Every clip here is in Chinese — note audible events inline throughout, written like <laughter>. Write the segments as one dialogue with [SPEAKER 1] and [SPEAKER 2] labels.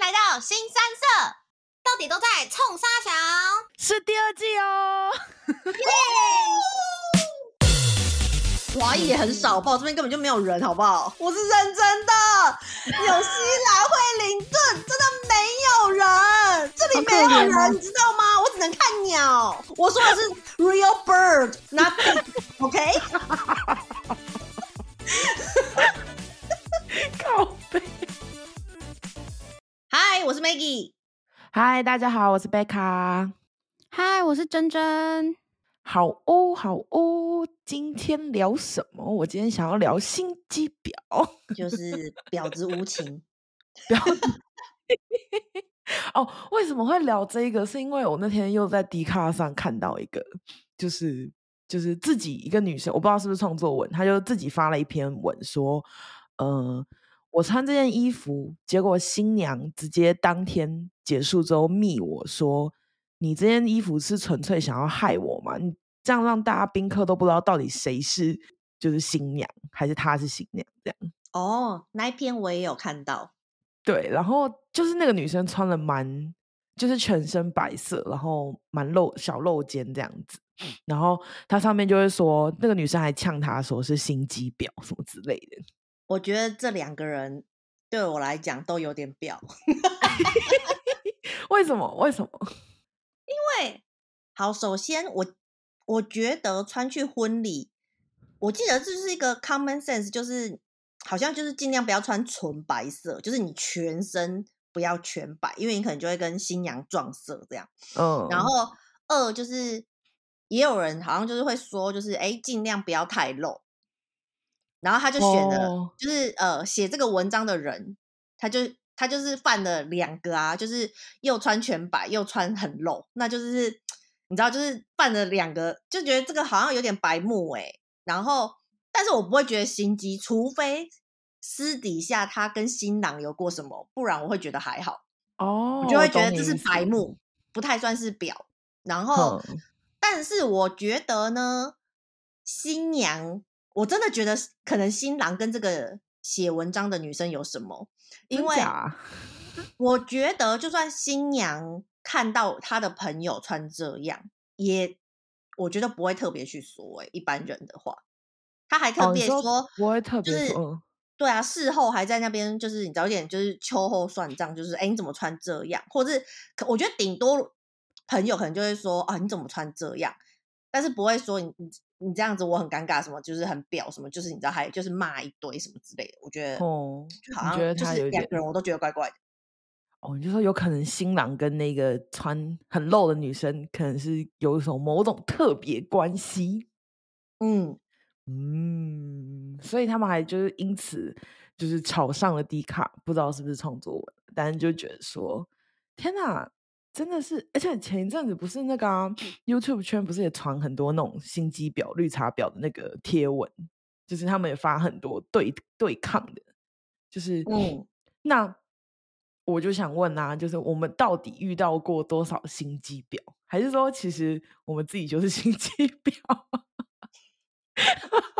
[SPEAKER 1] 来到新三社，到底都在冲沙小。
[SPEAKER 2] 是第二季哦。 <laughs>
[SPEAKER 1] 华裔也很少，吧？我这边根本就没有人，好不好？我是认真的。纽西兰惠灵顿真的没有人，这里没有
[SPEAKER 2] 好可怜啊
[SPEAKER 1] 人，你知道吗？我只能看鸟。我说的是 real bird，not pig，OK？、
[SPEAKER 2] 靠背。
[SPEAKER 1] 嗨，我是 Maggie。
[SPEAKER 2] 嗨，大家好，我是贝卡。
[SPEAKER 3] 嗨，我是珍珍。
[SPEAKER 2] 好哦，好哦，今天聊什么？我今天想要聊心机婊。
[SPEAKER 1] 就是婊子无情。
[SPEAKER 2] 哦，为什么会聊这个？是因为我那天又在 d 卡上看到一个，就是就是自己一个女生，我不知道是不是创作文，她就自己发了一篇文说，呃，我穿这件衣服，结果新娘直接当天结束之后密我说，你这件衣服是纯粹想要害我吗？你这样让大家宾客都不知道到底谁是就是新娘，还是她是新娘这样。
[SPEAKER 1] 哦，那一篇我也有看到。
[SPEAKER 2] 对，然后就是那个女生穿的蛮，就是全身白色，然后蛮露小露肩这样子，然后她上面就会说那个女生还呛她说是心机婊什么之类的，
[SPEAKER 1] 我觉得这两个人对我来讲都有点婊，
[SPEAKER 2] 为什么？为什么？
[SPEAKER 1] 因为 <laughs> 好，首先我我觉得穿去婚礼，我记得这是一个 common sense，就是好像就是尽量不要穿纯白色，就是你全身不要全白，因为你可能就会跟新娘撞色这样。
[SPEAKER 2] 嗯，
[SPEAKER 1] <laughs> 然后二就是也有人好像就是会说，就是哎，尽量不要太露。然后他就选了，
[SPEAKER 2] 哦
[SPEAKER 1] 就是呃，写这个文章的人，他就他就是犯了两个啊，就是又穿全白，又穿很露，那就是你知道，就是犯了两个，就觉得这个好像有点白目哎、然后，但是我不会觉得心机，除非私底下他跟新郎有过什么，不然我会觉得还好。
[SPEAKER 2] 哦，
[SPEAKER 1] 我就会觉
[SPEAKER 2] 懂
[SPEAKER 1] 得
[SPEAKER 2] 你
[SPEAKER 1] 这是
[SPEAKER 2] 意思
[SPEAKER 1] 白，目，不太算是表。然后，
[SPEAKER 2] 哼
[SPEAKER 1] 但是我觉得呢，新娘，我真的觉得是可能新郎跟这个写文章的女生有什么，因
[SPEAKER 2] 真
[SPEAKER 1] 为
[SPEAKER 2] 假
[SPEAKER 1] 我觉得就算新娘看到她的朋友穿这样，也我觉得不会特别去说、欸。一般人的话，她还特
[SPEAKER 2] 哦你
[SPEAKER 1] 别
[SPEAKER 2] 说
[SPEAKER 1] 说
[SPEAKER 2] 不会特
[SPEAKER 1] 就
[SPEAKER 2] 别
[SPEAKER 1] 是
[SPEAKER 2] 说嗯
[SPEAKER 1] 对啊，事后还在那边，就是你早点就是秋后算账，就是哎、诶你怎么穿这样，或是可我觉得顶多朋友可能就会说啊你怎么穿这样，但是不会说你你你这样子我很尴尬什么，就是很表什么，就是你知道还就是骂一堆什么之类的，我觉得
[SPEAKER 2] 哦，
[SPEAKER 1] 就
[SPEAKER 2] 你
[SPEAKER 1] 好
[SPEAKER 2] 觉
[SPEAKER 1] 像
[SPEAKER 2] 得
[SPEAKER 1] 就
[SPEAKER 2] 她
[SPEAKER 1] 是
[SPEAKER 2] 有一
[SPEAKER 1] 两
[SPEAKER 2] 点
[SPEAKER 1] 个人我都觉得怪怪的，
[SPEAKER 2] 哦，你就说有可能新郎跟那个穿很露的女生可能是有一种某种特别关系。
[SPEAKER 1] 嗯，
[SPEAKER 2] 嗯，所以他们还就是因此就是炒上了低卡，不知道是不是创作文，但是就觉得说，天哪，真的是！而且前一阵子不是那个啊、YouTube 圈不是也传很多那种心机婊、绿茶婊的那个贴文，就是他们也发很多对对抗的，就是
[SPEAKER 1] 嗯
[SPEAKER 2] 那我就想问啊，就是我们到底遇到过多少心机婊，还是说其实我们自己就是心机婊？ <laughs>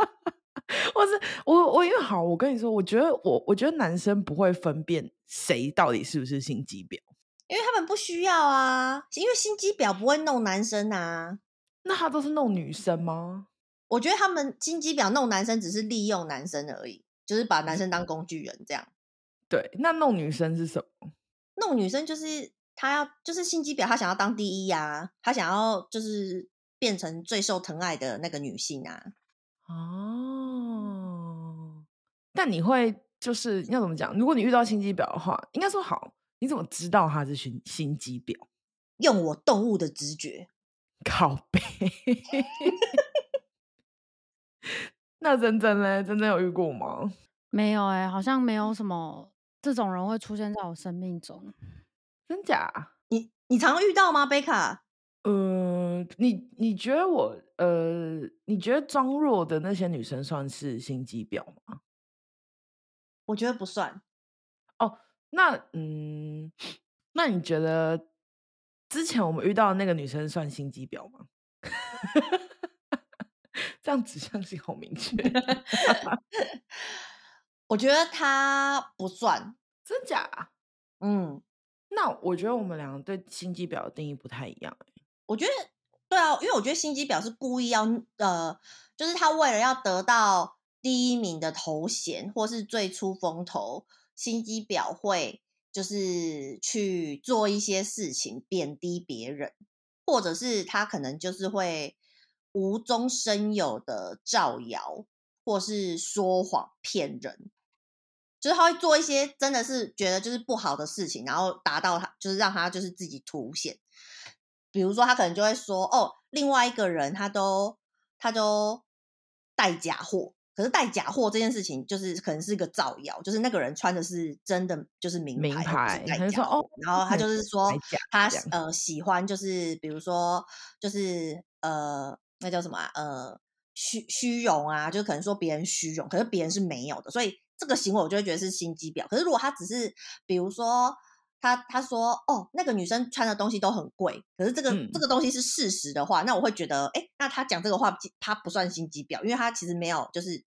[SPEAKER 2] 我是我我因为好，我跟你说，我觉得我我觉得男生不会分辨谁到底是不是心机婊。
[SPEAKER 1] 因为他们不需要啊，因为心机婊不会弄男生啊，
[SPEAKER 2] 那他都是弄女生吗？
[SPEAKER 1] 我觉得他们心机婊弄男生只是利用男生而已，就是把男生当工具人这样。
[SPEAKER 2] 对，那弄女生是什么？
[SPEAKER 1] 弄女生就是她要就是心机婊，她想要当第一呀、她想要就是变成最受疼爱的那个女性啊。
[SPEAKER 2] 哦，但你会就是要怎么讲？如果你遇到心机婊的话，应该说好，你怎么知道他是心心机婊？
[SPEAKER 1] 用我动物的直觉，
[SPEAKER 2] <laughs> 靠背。那珍珍嘞，珍珍有遇过吗？
[SPEAKER 3] 没有哎、好像没有什么这种人会出现在我生命中。
[SPEAKER 2] 真假？啊
[SPEAKER 1] 你你常遇到吗，贝卡？
[SPEAKER 2] 呃，你你觉得我呃，你觉得装弱的那些女生算是心机婊吗？
[SPEAKER 1] 我觉得不算，
[SPEAKER 2] 那嗯，那你觉得之前我们遇到的那个女生算心机婊吗？ <laughs> 这样指向性好明确，
[SPEAKER 1] 我觉得她不算。
[SPEAKER 2] 真假？啊
[SPEAKER 1] 嗯，
[SPEAKER 2] 那我觉得我们两个对心机婊的定义不太一样欸、
[SPEAKER 1] 我觉得对啊，因为我觉得心机婊是故意要呃，就是他为了要得到第一名的头衔或是最出风头，心机婊会就是去做一些事情贬低别人，或者是他可能就是会无中生有的造谣或是说谎骗人。就是他会做一些真的是觉得就是不好的事情，然后达到他就是让他就是自己凸显，比如说他可能就会说哦，另外一个人他都他都带假货，可是带假货这件事情就是可能是个造谣，就是那个人穿的是真的就是名
[SPEAKER 2] 名
[SPEAKER 1] 牌，而不
[SPEAKER 2] 牌
[SPEAKER 1] 是
[SPEAKER 2] 他
[SPEAKER 1] 带
[SPEAKER 2] 就
[SPEAKER 1] 假
[SPEAKER 2] 说哦
[SPEAKER 1] 货，然后他
[SPEAKER 2] 那
[SPEAKER 1] 就是说
[SPEAKER 2] 买假
[SPEAKER 1] 他
[SPEAKER 2] 这样
[SPEAKER 1] 呃喜欢就是比如说就是呃那叫什么啊呃虚虚荣啊，就可能说别人虚荣，可是别人是没有的，所以这个行为我就会觉得是心机婊。可是如果他只是比如说他他说哦那个女生穿的东西都很贵，可是这个、
[SPEAKER 2] 嗯
[SPEAKER 1] 这个东西是事实的话，那我会觉得哎，诶那他讲这个话他不算心机婊，因为他其实没有就是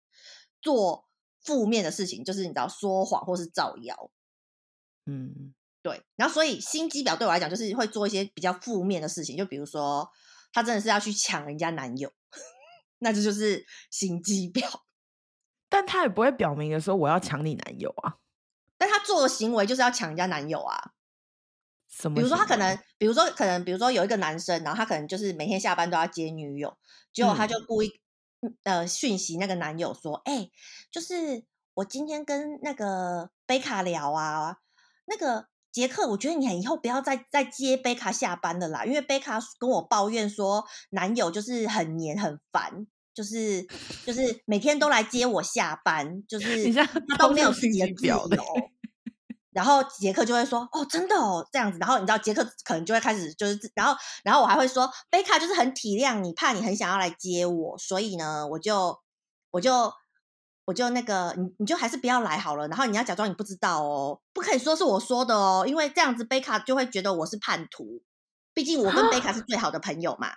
[SPEAKER 1] 做负面的事情，就是你知道说谎或是造谣。
[SPEAKER 2] 嗯，
[SPEAKER 1] 对，然后所以心机婊对我来讲就是会做一些比较负面的事情，就比如说她真的是要去抢人家男友， <laughs> 那这就是心机婊。
[SPEAKER 2] 但他也不会表明的说我要抢你男友啊，
[SPEAKER 1] 但她做的行为就是要抢人家男友啊，
[SPEAKER 2] 什么？
[SPEAKER 1] 比如说她可能，比如说可能，比如说有一个男生，然后他可能就是每天下班都要接女友，结果他就故意、嗯呃讯息那个男友说，哎、就是我今天跟那个贝卡聊啊，那个杰克，我觉得你以后不要再再接贝卡下班了啦，因为贝卡跟我抱怨说男友就是很黏很烦。就是就是每天都来接我下班，就是
[SPEAKER 2] 你这样
[SPEAKER 1] 他
[SPEAKER 2] 超
[SPEAKER 1] 都没
[SPEAKER 2] 像
[SPEAKER 1] 有自
[SPEAKER 2] 心
[SPEAKER 1] 己的
[SPEAKER 2] 机
[SPEAKER 1] 自由
[SPEAKER 2] 婊的。
[SPEAKER 1] 然后杰克就会说：“哦，真的哦，这样子。”然后你知道杰克可能就会开始就是自，然后然后我还会说，贝卡就是很体谅你，怕你很想要来接我，所以呢，我就我就我就那个你你就还是不要来好了。然后你要假装你不知道哦，不可以说是我说的哦，因为这样子贝卡就会觉得我是叛徒，毕竟我跟贝
[SPEAKER 2] <laughs>
[SPEAKER 1] 卡是最好的朋友嘛。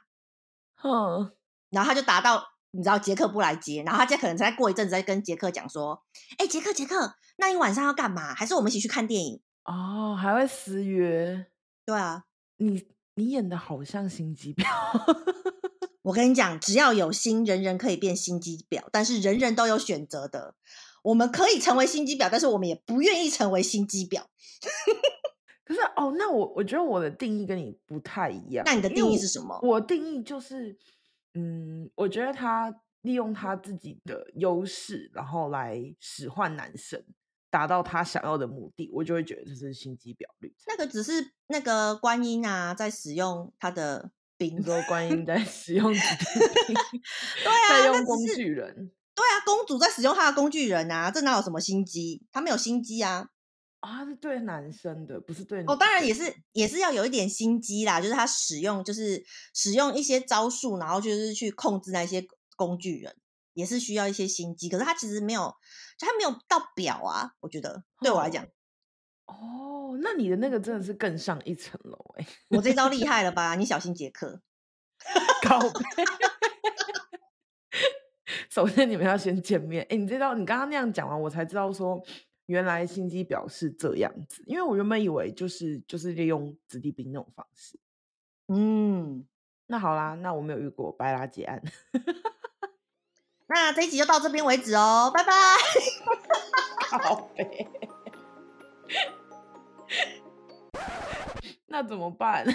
[SPEAKER 2] 嗯，
[SPEAKER 1] 然后他就达到，你知道杰克不来接，然后他家可能再过一阵子再跟杰克讲说：“哎，杰克，杰克，那你晚上要干嘛？还是我们一起去看电影
[SPEAKER 2] 哦，还会私约，？”
[SPEAKER 1] 对啊，
[SPEAKER 2] 你你演的好像心机婊，
[SPEAKER 1] 我跟你讲，只要有心，人人可以变心机婊，但是人人都有选择的。我们可以成为心机婊，但是我们也不愿意成为心机婊。
[SPEAKER 2] 可是哦，那我我觉得我的定义跟你不太一样。
[SPEAKER 1] 那你的
[SPEAKER 2] 因
[SPEAKER 1] 定
[SPEAKER 2] 为
[SPEAKER 1] 义
[SPEAKER 2] 我
[SPEAKER 1] 是什么？
[SPEAKER 2] 我定义就是，嗯，我觉得他利用他自己的优势，然后来使唤男生，达到他想要的目的，我就会觉得这是心机婊绿茶。
[SPEAKER 1] 那个只是那个观音啊，在使用他的兵。
[SPEAKER 2] 你
[SPEAKER 1] 对
[SPEAKER 2] 说观音在 <laughs> 使用
[SPEAKER 1] 啊，
[SPEAKER 2] 在
[SPEAKER 1] 那
[SPEAKER 2] 用
[SPEAKER 1] 只
[SPEAKER 2] 工
[SPEAKER 1] 是
[SPEAKER 2] 具人
[SPEAKER 1] 对啊，公主在使用她的工具人啊，这哪有什么心机？她没有心机啊。
[SPEAKER 2] 啊，他是对男生的，不是嗯对
[SPEAKER 1] 哦，
[SPEAKER 2] 女
[SPEAKER 1] 当然
[SPEAKER 2] 生
[SPEAKER 1] 也是也是要有一点心机啦，就是他使用就是使用一些招数，然后就是去控制那些工具人，也是需要一些心机。可是他其实没有，就他没有到表啊，我觉得对我来讲，
[SPEAKER 2] 哦，那你的那个真的是更上一层楼 <laughs> 哎、
[SPEAKER 1] 我这招厉害了吧？你小心杰克。
[SPEAKER 2] 告白。首先你们要先见面，哎、你知道你刚刚那样讲完，我才知道说原来心机婊是这样子，因为我原本以为就是就是利用子弟兵那种方式。
[SPEAKER 1] 嗯，
[SPEAKER 2] 那好啦，那我没有遇过白拉结案，
[SPEAKER 1] 那这一集就到这边为止哦，拜 <laughs> 拜。
[SPEAKER 2] 好呗。 <laughs> 那怎么办？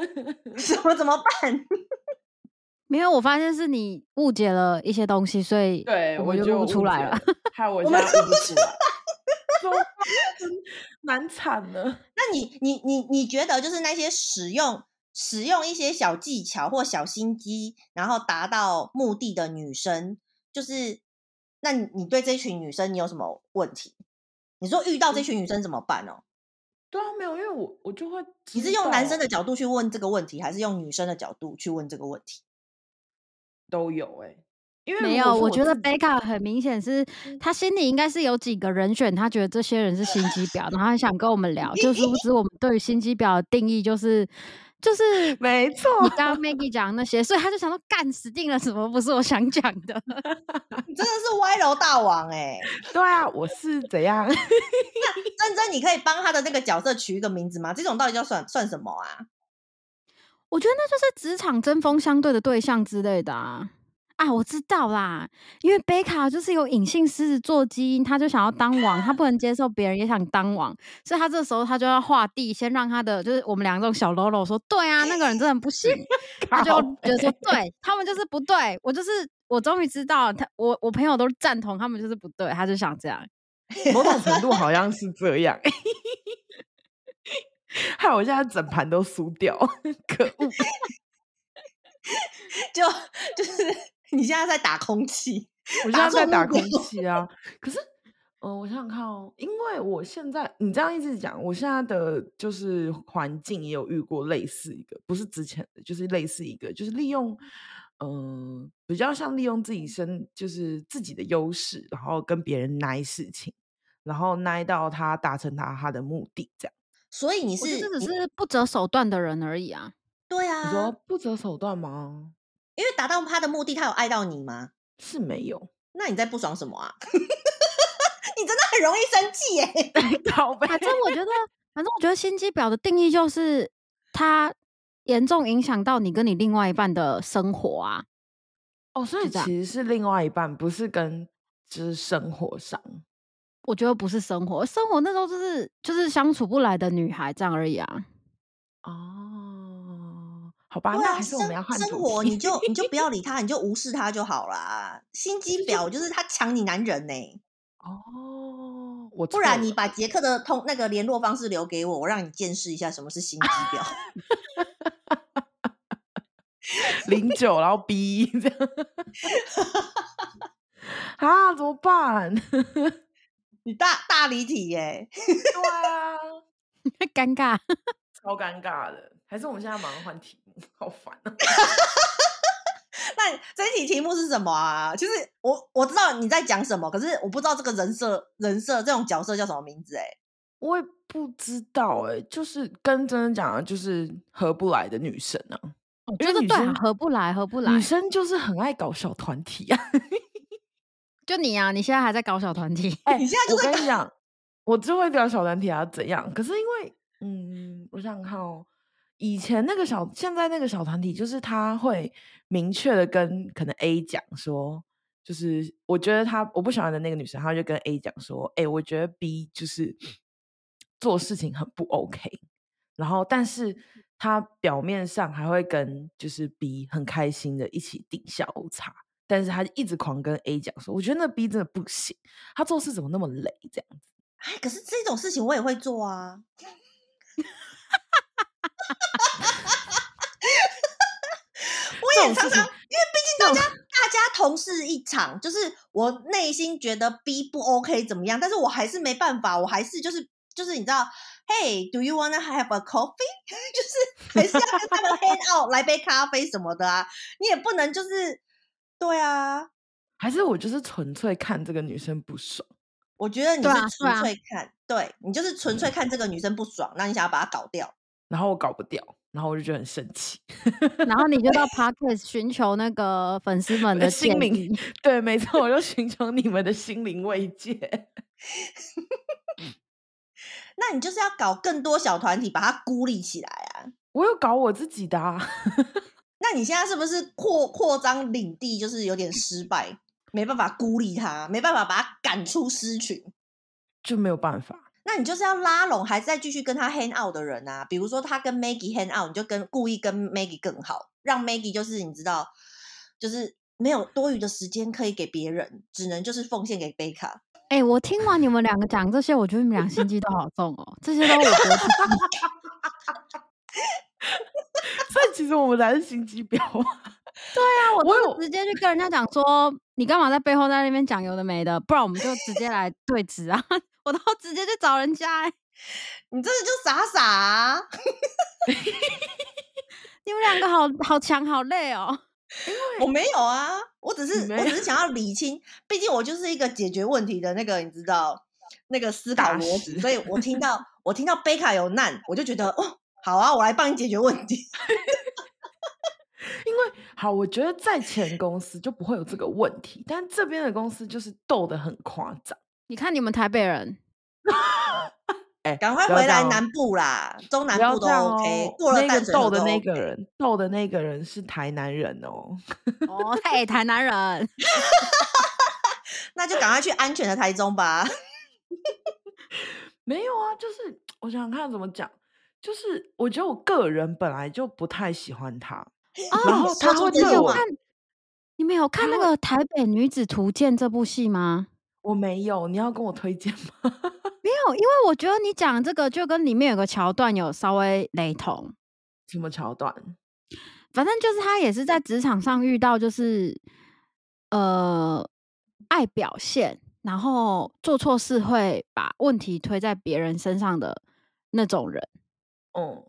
[SPEAKER 2] <laughs>
[SPEAKER 1] 什么怎么办？
[SPEAKER 3] 没有，我发现是你误解了一些东西，所以
[SPEAKER 2] 对，
[SPEAKER 3] 我们
[SPEAKER 2] 就
[SPEAKER 3] 就
[SPEAKER 2] 误
[SPEAKER 3] 录不出
[SPEAKER 2] 解
[SPEAKER 3] 来了
[SPEAKER 2] 了。， <laughs> 害我
[SPEAKER 1] 我
[SPEAKER 2] 现
[SPEAKER 1] 们
[SPEAKER 2] 在
[SPEAKER 1] 录
[SPEAKER 2] 录不出来， <laughs> 怎么办啊真难惨了。
[SPEAKER 1] 那你你你你觉得就是那些使用使用一些小技巧或小心机，然后达到目的的女生，就是那你你对这群女生你有什么问题？你说遇到
[SPEAKER 3] 嗯
[SPEAKER 1] 这群女生怎么办哦？
[SPEAKER 2] 对啊，没有，因为我我就会
[SPEAKER 1] 你是
[SPEAKER 2] 知
[SPEAKER 1] 用男生
[SPEAKER 2] 道
[SPEAKER 1] 的角度去问这个问题，还是用女生的角度去问这个问题？
[SPEAKER 2] 都有哎、因为
[SPEAKER 3] 没有，
[SPEAKER 2] 如果是
[SPEAKER 3] 我
[SPEAKER 2] 我
[SPEAKER 3] 觉得
[SPEAKER 2] 自己嗯
[SPEAKER 3] Becca 很明显是他心里应该是有几个人选，他觉得这些人是心机婊，然后他想跟我们聊，就殊不知我们对于心机婊的定义就是就是
[SPEAKER 2] <laughs> 没
[SPEAKER 3] <laughs>
[SPEAKER 2] 错，
[SPEAKER 3] 你刚刚 Maggie 讲那些，所以他就想说干死定了，什么不是我想讲的？
[SPEAKER 1] 你
[SPEAKER 3] <laughs>
[SPEAKER 1] 真的是歪楼大王哎、
[SPEAKER 2] 对啊，我是怎
[SPEAKER 3] <laughs>
[SPEAKER 2] 样？
[SPEAKER 1] 珍珍，你可以帮他的那个角色取一个名字吗？这种到底叫算算什么啊？ <laughs>
[SPEAKER 3] 我觉得那就是职场针锋相对的对象之类的啊。啊，我知道啦，因为贝卡就是有隐性狮子座基因，他就想要当王，他不能接受别人也想当王，所以他这时候他就要画地，先让他的就是我们两个这种小喽啰说，对啊，那个人真的不行，
[SPEAKER 1] <laughs>
[SPEAKER 3] 他就
[SPEAKER 2] 靠
[SPEAKER 3] 觉得说，对他们就是不对，我就是我终于知道他，我我朋友都赞同他们就是不对，他就想这样。
[SPEAKER 2] 某种程度好像是这样。 <laughs> 害我现在整盘都输掉， <laughs> 可恶！
[SPEAKER 1] 就就是 <laughs> 你现在在打空气，
[SPEAKER 2] 我现
[SPEAKER 1] 打错
[SPEAKER 2] 在在打
[SPEAKER 1] 目
[SPEAKER 2] 空
[SPEAKER 1] 标
[SPEAKER 2] 气啊。可是，嗯、我想想看哦，因为我现在你这样一直讲，我现在的就是环境也有遇过类似一个，不是之前的，就是类似一个，就是利用，嗯、比较像利用自己身，就是自己的优势，然后跟别人奶事情，然后奶到他达成他他的目的，这样。
[SPEAKER 1] 所以你
[SPEAKER 3] 我觉
[SPEAKER 1] 是
[SPEAKER 3] 得这只
[SPEAKER 1] 你
[SPEAKER 3] 是不择手段的人而已啊。
[SPEAKER 1] 对
[SPEAKER 2] 你
[SPEAKER 1] 啊
[SPEAKER 2] 说，不择手段吗？
[SPEAKER 1] 因为达到他的目的，他有爱到你吗？
[SPEAKER 2] 是没有，
[SPEAKER 1] 那你在不爽什么啊？ <laughs> 你真的很容易生气耶、
[SPEAKER 2] 靠背
[SPEAKER 3] 反正我觉得，反正我觉得心机婊的定义就是它严重影响到你跟你另外一半的生活啊。
[SPEAKER 2] 哦，所以
[SPEAKER 3] 就这样
[SPEAKER 2] 其实是另外一半，不是跟就是生活上。
[SPEAKER 3] 我觉得不是生活，生活那时候就是就是相处不来的女孩这样而已啊。 <laughs>
[SPEAKER 2] 哦，好吧，
[SPEAKER 1] 对
[SPEAKER 2] 那
[SPEAKER 1] 啊，
[SPEAKER 2] 还是我们要
[SPEAKER 1] 生
[SPEAKER 2] 换
[SPEAKER 1] 生
[SPEAKER 2] 主
[SPEAKER 1] 活
[SPEAKER 2] 题
[SPEAKER 1] 你就你就不要理他，你就无视他就好啦。心机婊就是他抢你男人呢、
[SPEAKER 2] 哦，我
[SPEAKER 1] 不然
[SPEAKER 2] 错
[SPEAKER 1] 你
[SPEAKER 2] 了
[SPEAKER 1] 把杰克的通那个联络方式留给我，我让你见识一下什么是心机
[SPEAKER 2] <laughs>
[SPEAKER 1] 婊。
[SPEAKER 2] 零九，然后 B 这样啊，怎么办？ <laughs>
[SPEAKER 1] 你大大离题耶、
[SPEAKER 2] 对啊，
[SPEAKER 3] 尴尬，
[SPEAKER 2] 哦超尴尬的。还是我们现在马上换题目，好烦啊！
[SPEAKER 1] 那这一题题目是什么啊？其实我我知道你在讲什么，可是我不知道这个人设人设这种角色叫什么名字哎、
[SPEAKER 2] 我也不知道哎、就是跟真的讲的，就是合不来的女生啊，
[SPEAKER 3] 我
[SPEAKER 2] 因
[SPEAKER 3] 觉
[SPEAKER 2] 为
[SPEAKER 3] 得
[SPEAKER 2] 女
[SPEAKER 3] 对、啊
[SPEAKER 2] 生，
[SPEAKER 3] 合不来，合不来
[SPEAKER 2] 女。生就是很爱搞小团体啊。
[SPEAKER 3] 就你啊，你现在还在搞小团
[SPEAKER 2] <laughs>
[SPEAKER 3] 体，
[SPEAKER 2] 哎
[SPEAKER 1] 你现在就
[SPEAKER 2] 我
[SPEAKER 1] 在
[SPEAKER 2] 跟你讲，我就会聊小团体啊，怎样？可是因为，嗯，我想想看哦，以前那个小，现在那个小团体，就是他会明确的跟可能 A 讲说，就是我觉得他我不喜欢的那个女生，他就跟 A 讲说，哎、我觉得 B 就是做事情很不 OK，然后但是。他表面上还会跟就是 B 很开心的一起顶下午茶，但是他一直狂跟 A 讲说，我觉得那 B 真的不行。他做事怎么那么累？这样子，
[SPEAKER 1] 哎，可是这种事情我也会做啊。 <laughs> 我也
[SPEAKER 2] 这
[SPEAKER 1] 常
[SPEAKER 2] 种事
[SPEAKER 1] 常，因为
[SPEAKER 2] 情
[SPEAKER 1] 毕竟大家大家同事一场，就是我内心觉得 B 不 OK 怎么样，但是我还是没办法，我还是就是就是你知道，Hey，do you wanna have a coffee？就是还是要跟他们 hang out，来杯咖啡什么的啊，你也不能就是对啊，
[SPEAKER 2] 还是我就是纯粹看这个女生不爽。
[SPEAKER 1] 我觉得你
[SPEAKER 3] 对
[SPEAKER 1] 是
[SPEAKER 3] 啊对
[SPEAKER 1] 纯
[SPEAKER 3] 啊
[SPEAKER 1] 粹看，对你就是纯粹看这个女生不爽，那你想要把她搞掉。
[SPEAKER 2] 然后我搞不掉，然后我就觉得很生气。 <laughs>
[SPEAKER 3] 然后你就到 Podcast 寻求那个粉丝们的
[SPEAKER 2] 心
[SPEAKER 3] 建
[SPEAKER 2] 灵
[SPEAKER 3] 议 <laughs>
[SPEAKER 2] 对，没错，我就寻求你们的心灵慰藉。
[SPEAKER 1] 那你就是要搞更多小团体，把它孤立起来啊。
[SPEAKER 2] 我有搞我自己的、啊，
[SPEAKER 1] 那你现在是不是扩扩张领地，就是有点失败，没办法孤立它，没办法把它赶出狮群？
[SPEAKER 2] 就没有办法。 <laughs>
[SPEAKER 1] 那你就是要拉拢还在继续跟他 hang out 的人啊，比如说他跟 Maggie hang out，你就跟故意跟 Maggie 更好，让 Maggie 就是你知道，就是没有多余的时间可以给别人，只能就是奉献给贝卡。
[SPEAKER 3] 哎、我听完你们两个讲这些，我觉得你们俩心机都好重哦，这些都是我
[SPEAKER 2] <laughs>
[SPEAKER 3] 觉得
[SPEAKER 2] 所以其实我们才是心机婊啊。 <laughs>
[SPEAKER 3] 我
[SPEAKER 2] 我
[SPEAKER 3] 都
[SPEAKER 2] 有
[SPEAKER 1] <laughs>
[SPEAKER 3] 是直接去跟人家讲说，你干嘛在背后在那边讲有的没的？不然我们就直接来对质啊！ <laughs> 我都直接去找人家、欸，
[SPEAKER 1] 你这个就傻傻、啊，
[SPEAKER 3] 你们两个好好强好累哦。
[SPEAKER 1] 我没有啊，我只是
[SPEAKER 2] 你没
[SPEAKER 1] 我只是想要理清，毕竟我就是一个解决问题的那个，你知道那个思考
[SPEAKER 2] 大
[SPEAKER 1] 逻
[SPEAKER 2] 师
[SPEAKER 1] 辑，所以我听到我听到贝卡有难，我就觉得哦，好啊，我来帮你解决问题。
[SPEAKER 2] 因为好，我觉得在前公司就不会有这个问题，但这边的公司就是斗得很夸张。
[SPEAKER 3] 你看你们台北人，
[SPEAKER 2] 哎，
[SPEAKER 1] 赶快
[SPEAKER 2] 不要
[SPEAKER 1] 回
[SPEAKER 2] 这样
[SPEAKER 1] 来
[SPEAKER 2] 哦
[SPEAKER 1] 南部啦，中南
[SPEAKER 2] 不要
[SPEAKER 1] 部都
[SPEAKER 2] 这样
[SPEAKER 1] OK，、
[SPEAKER 2] 哦
[SPEAKER 1] 过了
[SPEAKER 2] 那
[SPEAKER 1] 淡
[SPEAKER 2] 个
[SPEAKER 1] 水
[SPEAKER 2] 斗
[SPEAKER 1] 河
[SPEAKER 2] 的
[SPEAKER 1] 都
[SPEAKER 2] 那个
[SPEAKER 1] OK
[SPEAKER 2] 人，斗的那个人是台南人哦。
[SPEAKER 3] 哦，哎，台南人，
[SPEAKER 1] 那就赶快去安全的台中
[SPEAKER 2] <laughs>
[SPEAKER 1] 吧。
[SPEAKER 2] 没有啊，就是我想想看怎么讲，就是我觉得我个人本来就不太喜欢他，然后
[SPEAKER 1] 说
[SPEAKER 2] 他
[SPEAKER 1] 出
[SPEAKER 2] 会
[SPEAKER 3] 你
[SPEAKER 1] 真
[SPEAKER 2] 对
[SPEAKER 3] 有
[SPEAKER 2] 我
[SPEAKER 1] 话，
[SPEAKER 3] 看，你们有看那
[SPEAKER 2] 他会
[SPEAKER 3] 个《台北女子图鉴》这部戏吗？
[SPEAKER 2] 我没有，你要跟我推荐吗？ <laughs>
[SPEAKER 3] 没有，因为我觉得你讲这个就跟里面有个桥段有稍微雷同。
[SPEAKER 2] 什么桥段？
[SPEAKER 3] 反正就是他也是在职场上遇到，就是呃爱表现，然后做错事会把问题推在别人身上的那种人。
[SPEAKER 2] 嗯，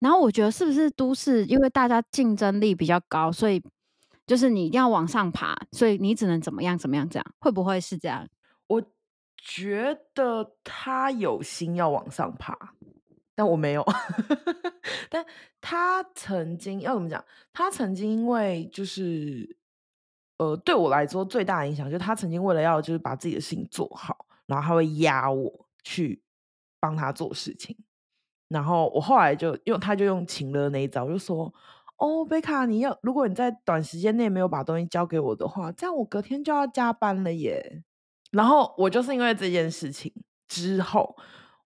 [SPEAKER 3] 然后我觉得是不是都市，因为大家竞争力比较高，所以就是你一定要往上爬，所以你只能怎么样怎么样这样，会不会是这样？
[SPEAKER 2] 我觉得他有心要往上爬，但我没有。 <laughs> 但他曾经要怎么讲？他曾经因为就是呃，对我来说最大的影响就是他曾经为了要就是把自己的事情做好，然后他会压我去帮他做事情。然后我后来就用他就用情勒那一招，我就说。哦，贝卡，你要如果你在短时间内没有把东西交给我的话，这样我隔天就要加班了耶。然后我就是因为这件事情之后，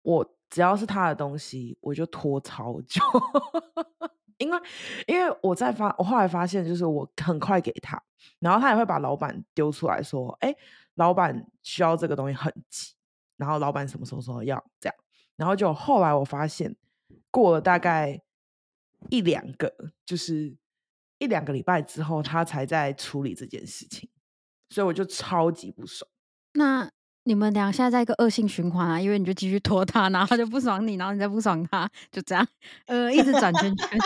[SPEAKER 2] 我只要是他的东西，我就拖超久， <laughs> 因为因为我在发，我后来发现就是我很快给他，然后他也会把老板丢出来说，哎，老板需要这个东西很急，然后老板什么时候说要这样，然后就后来我发现过了大概一两个，就是一两个礼拜之后，他才在处理这件事情，所以我就超级不爽。
[SPEAKER 3] 那你们俩现在在一个恶性循环啊，因为你就继续拖他，然后他就不爽你，然后你再不爽他，就这样，呃，一直转圈圈。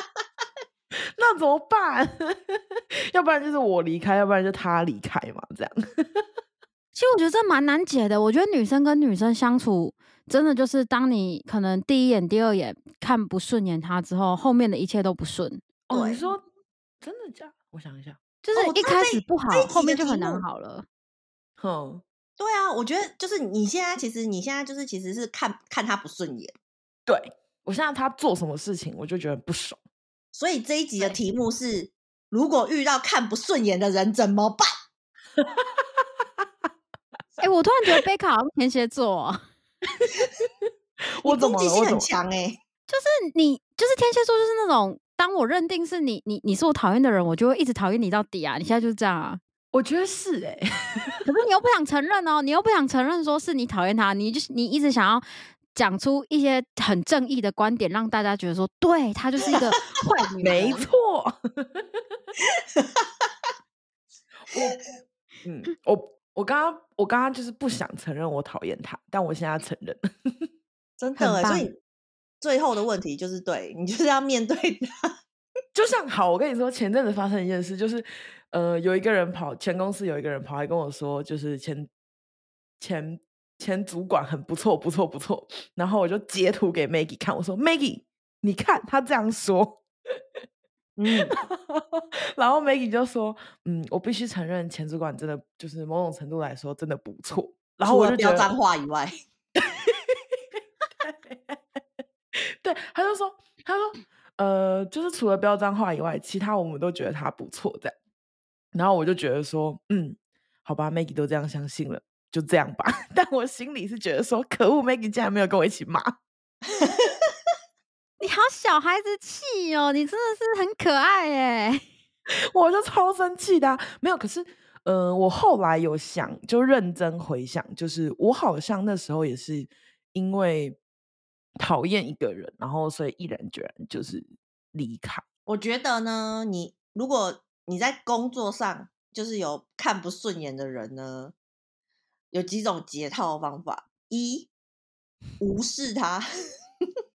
[SPEAKER 2] 那怎么办？ <laughs> 要不然就是我离开，要不然就他离开嘛，这样。
[SPEAKER 3] 其实我觉得这蛮难解的。我觉得女生跟女生相处，真的就是当你可能第一眼、第二眼看不顺眼她之后，后面的一切都不顺，
[SPEAKER 2] 哦，
[SPEAKER 1] 对
[SPEAKER 2] 你说真的假？我想一下，
[SPEAKER 3] 就是
[SPEAKER 1] 哦我
[SPEAKER 3] 一
[SPEAKER 1] 知道
[SPEAKER 3] 开
[SPEAKER 1] 这
[SPEAKER 3] 始不好，
[SPEAKER 1] 这一集
[SPEAKER 3] 后面
[SPEAKER 1] 的
[SPEAKER 3] 就
[SPEAKER 1] 题
[SPEAKER 3] 很难
[SPEAKER 1] 目
[SPEAKER 3] 好了。
[SPEAKER 2] 哼，
[SPEAKER 1] 对啊，我觉得就是你现在，其实你现在就是其实是看看他不顺眼，
[SPEAKER 2] 对我现在他做什么事情，我就觉得不爽。
[SPEAKER 1] 所以这一集的
[SPEAKER 3] 对
[SPEAKER 1] 题目是：如果遇到看不顺眼的人怎么办？
[SPEAKER 3] 哎、我突然觉得贝卡好像天蝎座哦、 <laughs>
[SPEAKER 2] 我
[SPEAKER 1] 你
[SPEAKER 2] 怎么
[SPEAKER 1] 攻击
[SPEAKER 2] 了？
[SPEAKER 1] 性
[SPEAKER 2] 我怎么
[SPEAKER 1] 很？强哎、
[SPEAKER 3] 就是你，就是天蝎座，就是那种当我认定是你，你你是我讨厌的人，我就会一直讨厌你到底啊！你现在就是这样啊，
[SPEAKER 2] 我觉得是哎、
[SPEAKER 3] 可是你又不想承认哦，你又不想承认说是你讨厌他，你就是你一直想要讲出一些很正义的观点，让大家觉得说，对他就是一个 <laughs> 坏女人
[SPEAKER 2] 没。错。 <laughs> 我，嗯，我我刚刚我刚刚就是不想承认我讨厌他，但我现在承认了。
[SPEAKER 1] 真的、
[SPEAKER 3] 很
[SPEAKER 1] 欸。所
[SPEAKER 3] 棒
[SPEAKER 1] 以最后的问题就是，对你就是要面对 <laughs> 他。
[SPEAKER 2] 就像好，我跟你说，前阵子发生一件事，就是呃，有一个人跑前公司有一个人跑来跟我说，就是前前前主管很不错，不错，不错。然后我就截图给 Maggie 看，我说 Maggie，你看他这样说， <laughs>
[SPEAKER 1] 嗯，
[SPEAKER 2] 然后 Maggie 就说，嗯，我必须承认前主管真的就是某种程度来说真的不错。然后
[SPEAKER 1] 除
[SPEAKER 2] 我
[SPEAKER 1] 了
[SPEAKER 2] 就觉
[SPEAKER 1] 飙
[SPEAKER 2] 得
[SPEAKER 1] 脏话以外， <laughs>
[SPEAKER 2] 对，他就说，他说，呃，就是除了标脏话以外，其他我们都觉得他不错这样。然后我就觉得说，嗯，好吧，Maggie 都这样相信了，就这样吧。 <laughs> 但我心里是觉得说，可恶，Maggie 竟然没有跟我一起骂。 <laughs>
[SPEAKER 3] 你好小孩子气哦，你真的是很可爱 <laughs> 哎。
[SPEAKER 2] 我就超生气的啊、没有，可是，呃，我后来有想，就认真回想，就是我好像那时候也是因为讨厌一个人，然后所以毅然决然就是离开。
[SPEAKER 1] 我觉得呢，你如果你在工作上就是有看不顺眼的人呢，有几种解套方法：一，无视他。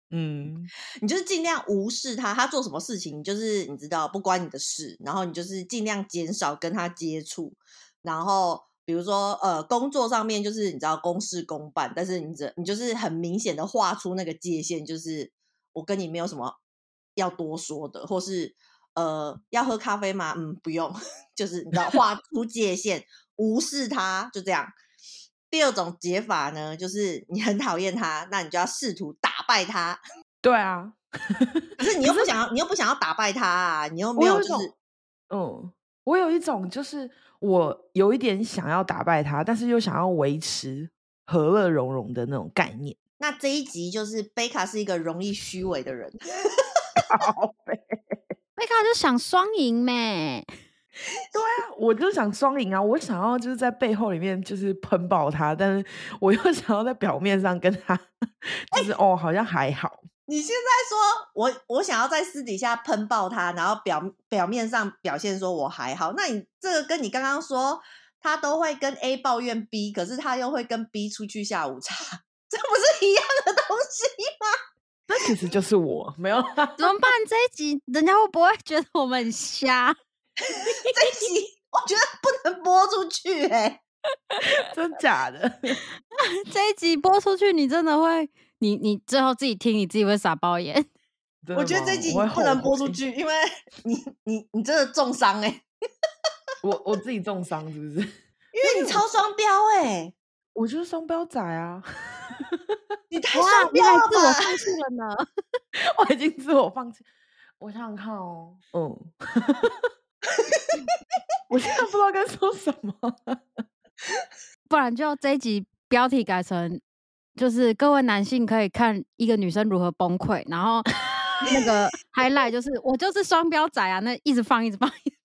[SPEAKER 2] 嗯，
[SPEAKER 1] 你就是尽量无视他，他做什么事情，你就是你知道不关你的事，然后你就是尽量减少跟他接触，然后比如说呃工作上面就是你知道公事公办，但是你这你就是很明显的画出那个界限，就是我跟你没有什么要多说的，或是呃要喝咖啡吗？嗯，不用， <laughs> 就是你知道画出界限，无视他，就这样。第二种解法呢，就是你很讨厌他，那你就要试图打败他，
[SPEAKER 2] 对啊，
[SPEAKER 1] 可是你又不想要，你又不想要打败他啊，你又没
[SPEAKER 2] 我有一
[SPEAKER 1] 就
[SPEAKER 2] 种
[SPEAKER 1] 是，
[SPEAKER 2] 嗯，我有一种就是我有一点想要打败他，但是又想要维持和乐融融的那种概念。
[SPEAKER 1] <laughs> 那这一集就是贝卡是一个容易虚伪的人， <laughs>
[SPEAKER 3] 贝卡就想双赢咩？
[SPEAKER 2] <laughs> 我就想双赢啊，我想要就是在背后里面就是喷爆他，但是 <laughs> 我又想要在表面上跟他
[SPEAKER 1] 哎
[SPEAKER 2] 就是、哦，好像还好。
[SPEAKER 1] 你现在说我我想要在私底下喷爆他，然后表表面上表现说我还好，那你这个跟你刚刚说他都会跟 A 抱怨 B，可是他又会跟 B 出去下午茶， <laughs> 这不是一样的东西？
[SPEAKER 2] 那其实就是我没有啦， <laughs>
[SPEAKER 3] 怎么办？这一集人家会不会觉得我们很瞎？
[SPEAKER 1] 这一集我觉得不能播出去哎、
[SPEAKER 2] 真假的？
[SPEAKER 3] 这一集播出去，你真的会，你你最后自己听，你自己会傻爆眼。
[SPEAKER 2] 真
[SPEAKER 1] 我
[SPEAKER 2] 的
[SPEAKER 1] 觉得
[SPEAKER 2] 吗
[SPEAKER 1] 这一集
[SPEAKER 2] 我会
[SPEAKER 1] 不能
[SPEAKER 2] 后
[SPEAKER 1] 播出
[SPEAKER 2] 悔
[SPEAKER 1] 去，因为你你你真的重伤哎、
[SPEAKER 2] 我我自己重伤是不是？ <laughs>
[SPEAKER 1] 因为你超双标哎、
[SPEAKER 2] 我就是双标仔啊，
[SPEAKER 1] 你太
[SPEAKER 3] 哇
[SPEAKER 1] 双，
[SPEAKER 3] 你
[SPEAKER 1] 标
[SPEAKER 3] 还
[SPEAKER 1] 了
[SPEAKER 3] 自我
[SPEAKER 1] 吧！
[SPEAKER 3] 放弃了呢？
[SPEAKER 2] 我已经自我放弃。我想想看哦，嗯， <laughs> 我现在不知道该说什么。
[SPEAKER 3] <laughs> 不然就这一集标题改成，就是各位男性可以看一个女生如何崩溃，然后那个 highlight 就是我就是双标仔啊，那一直放一直放。一直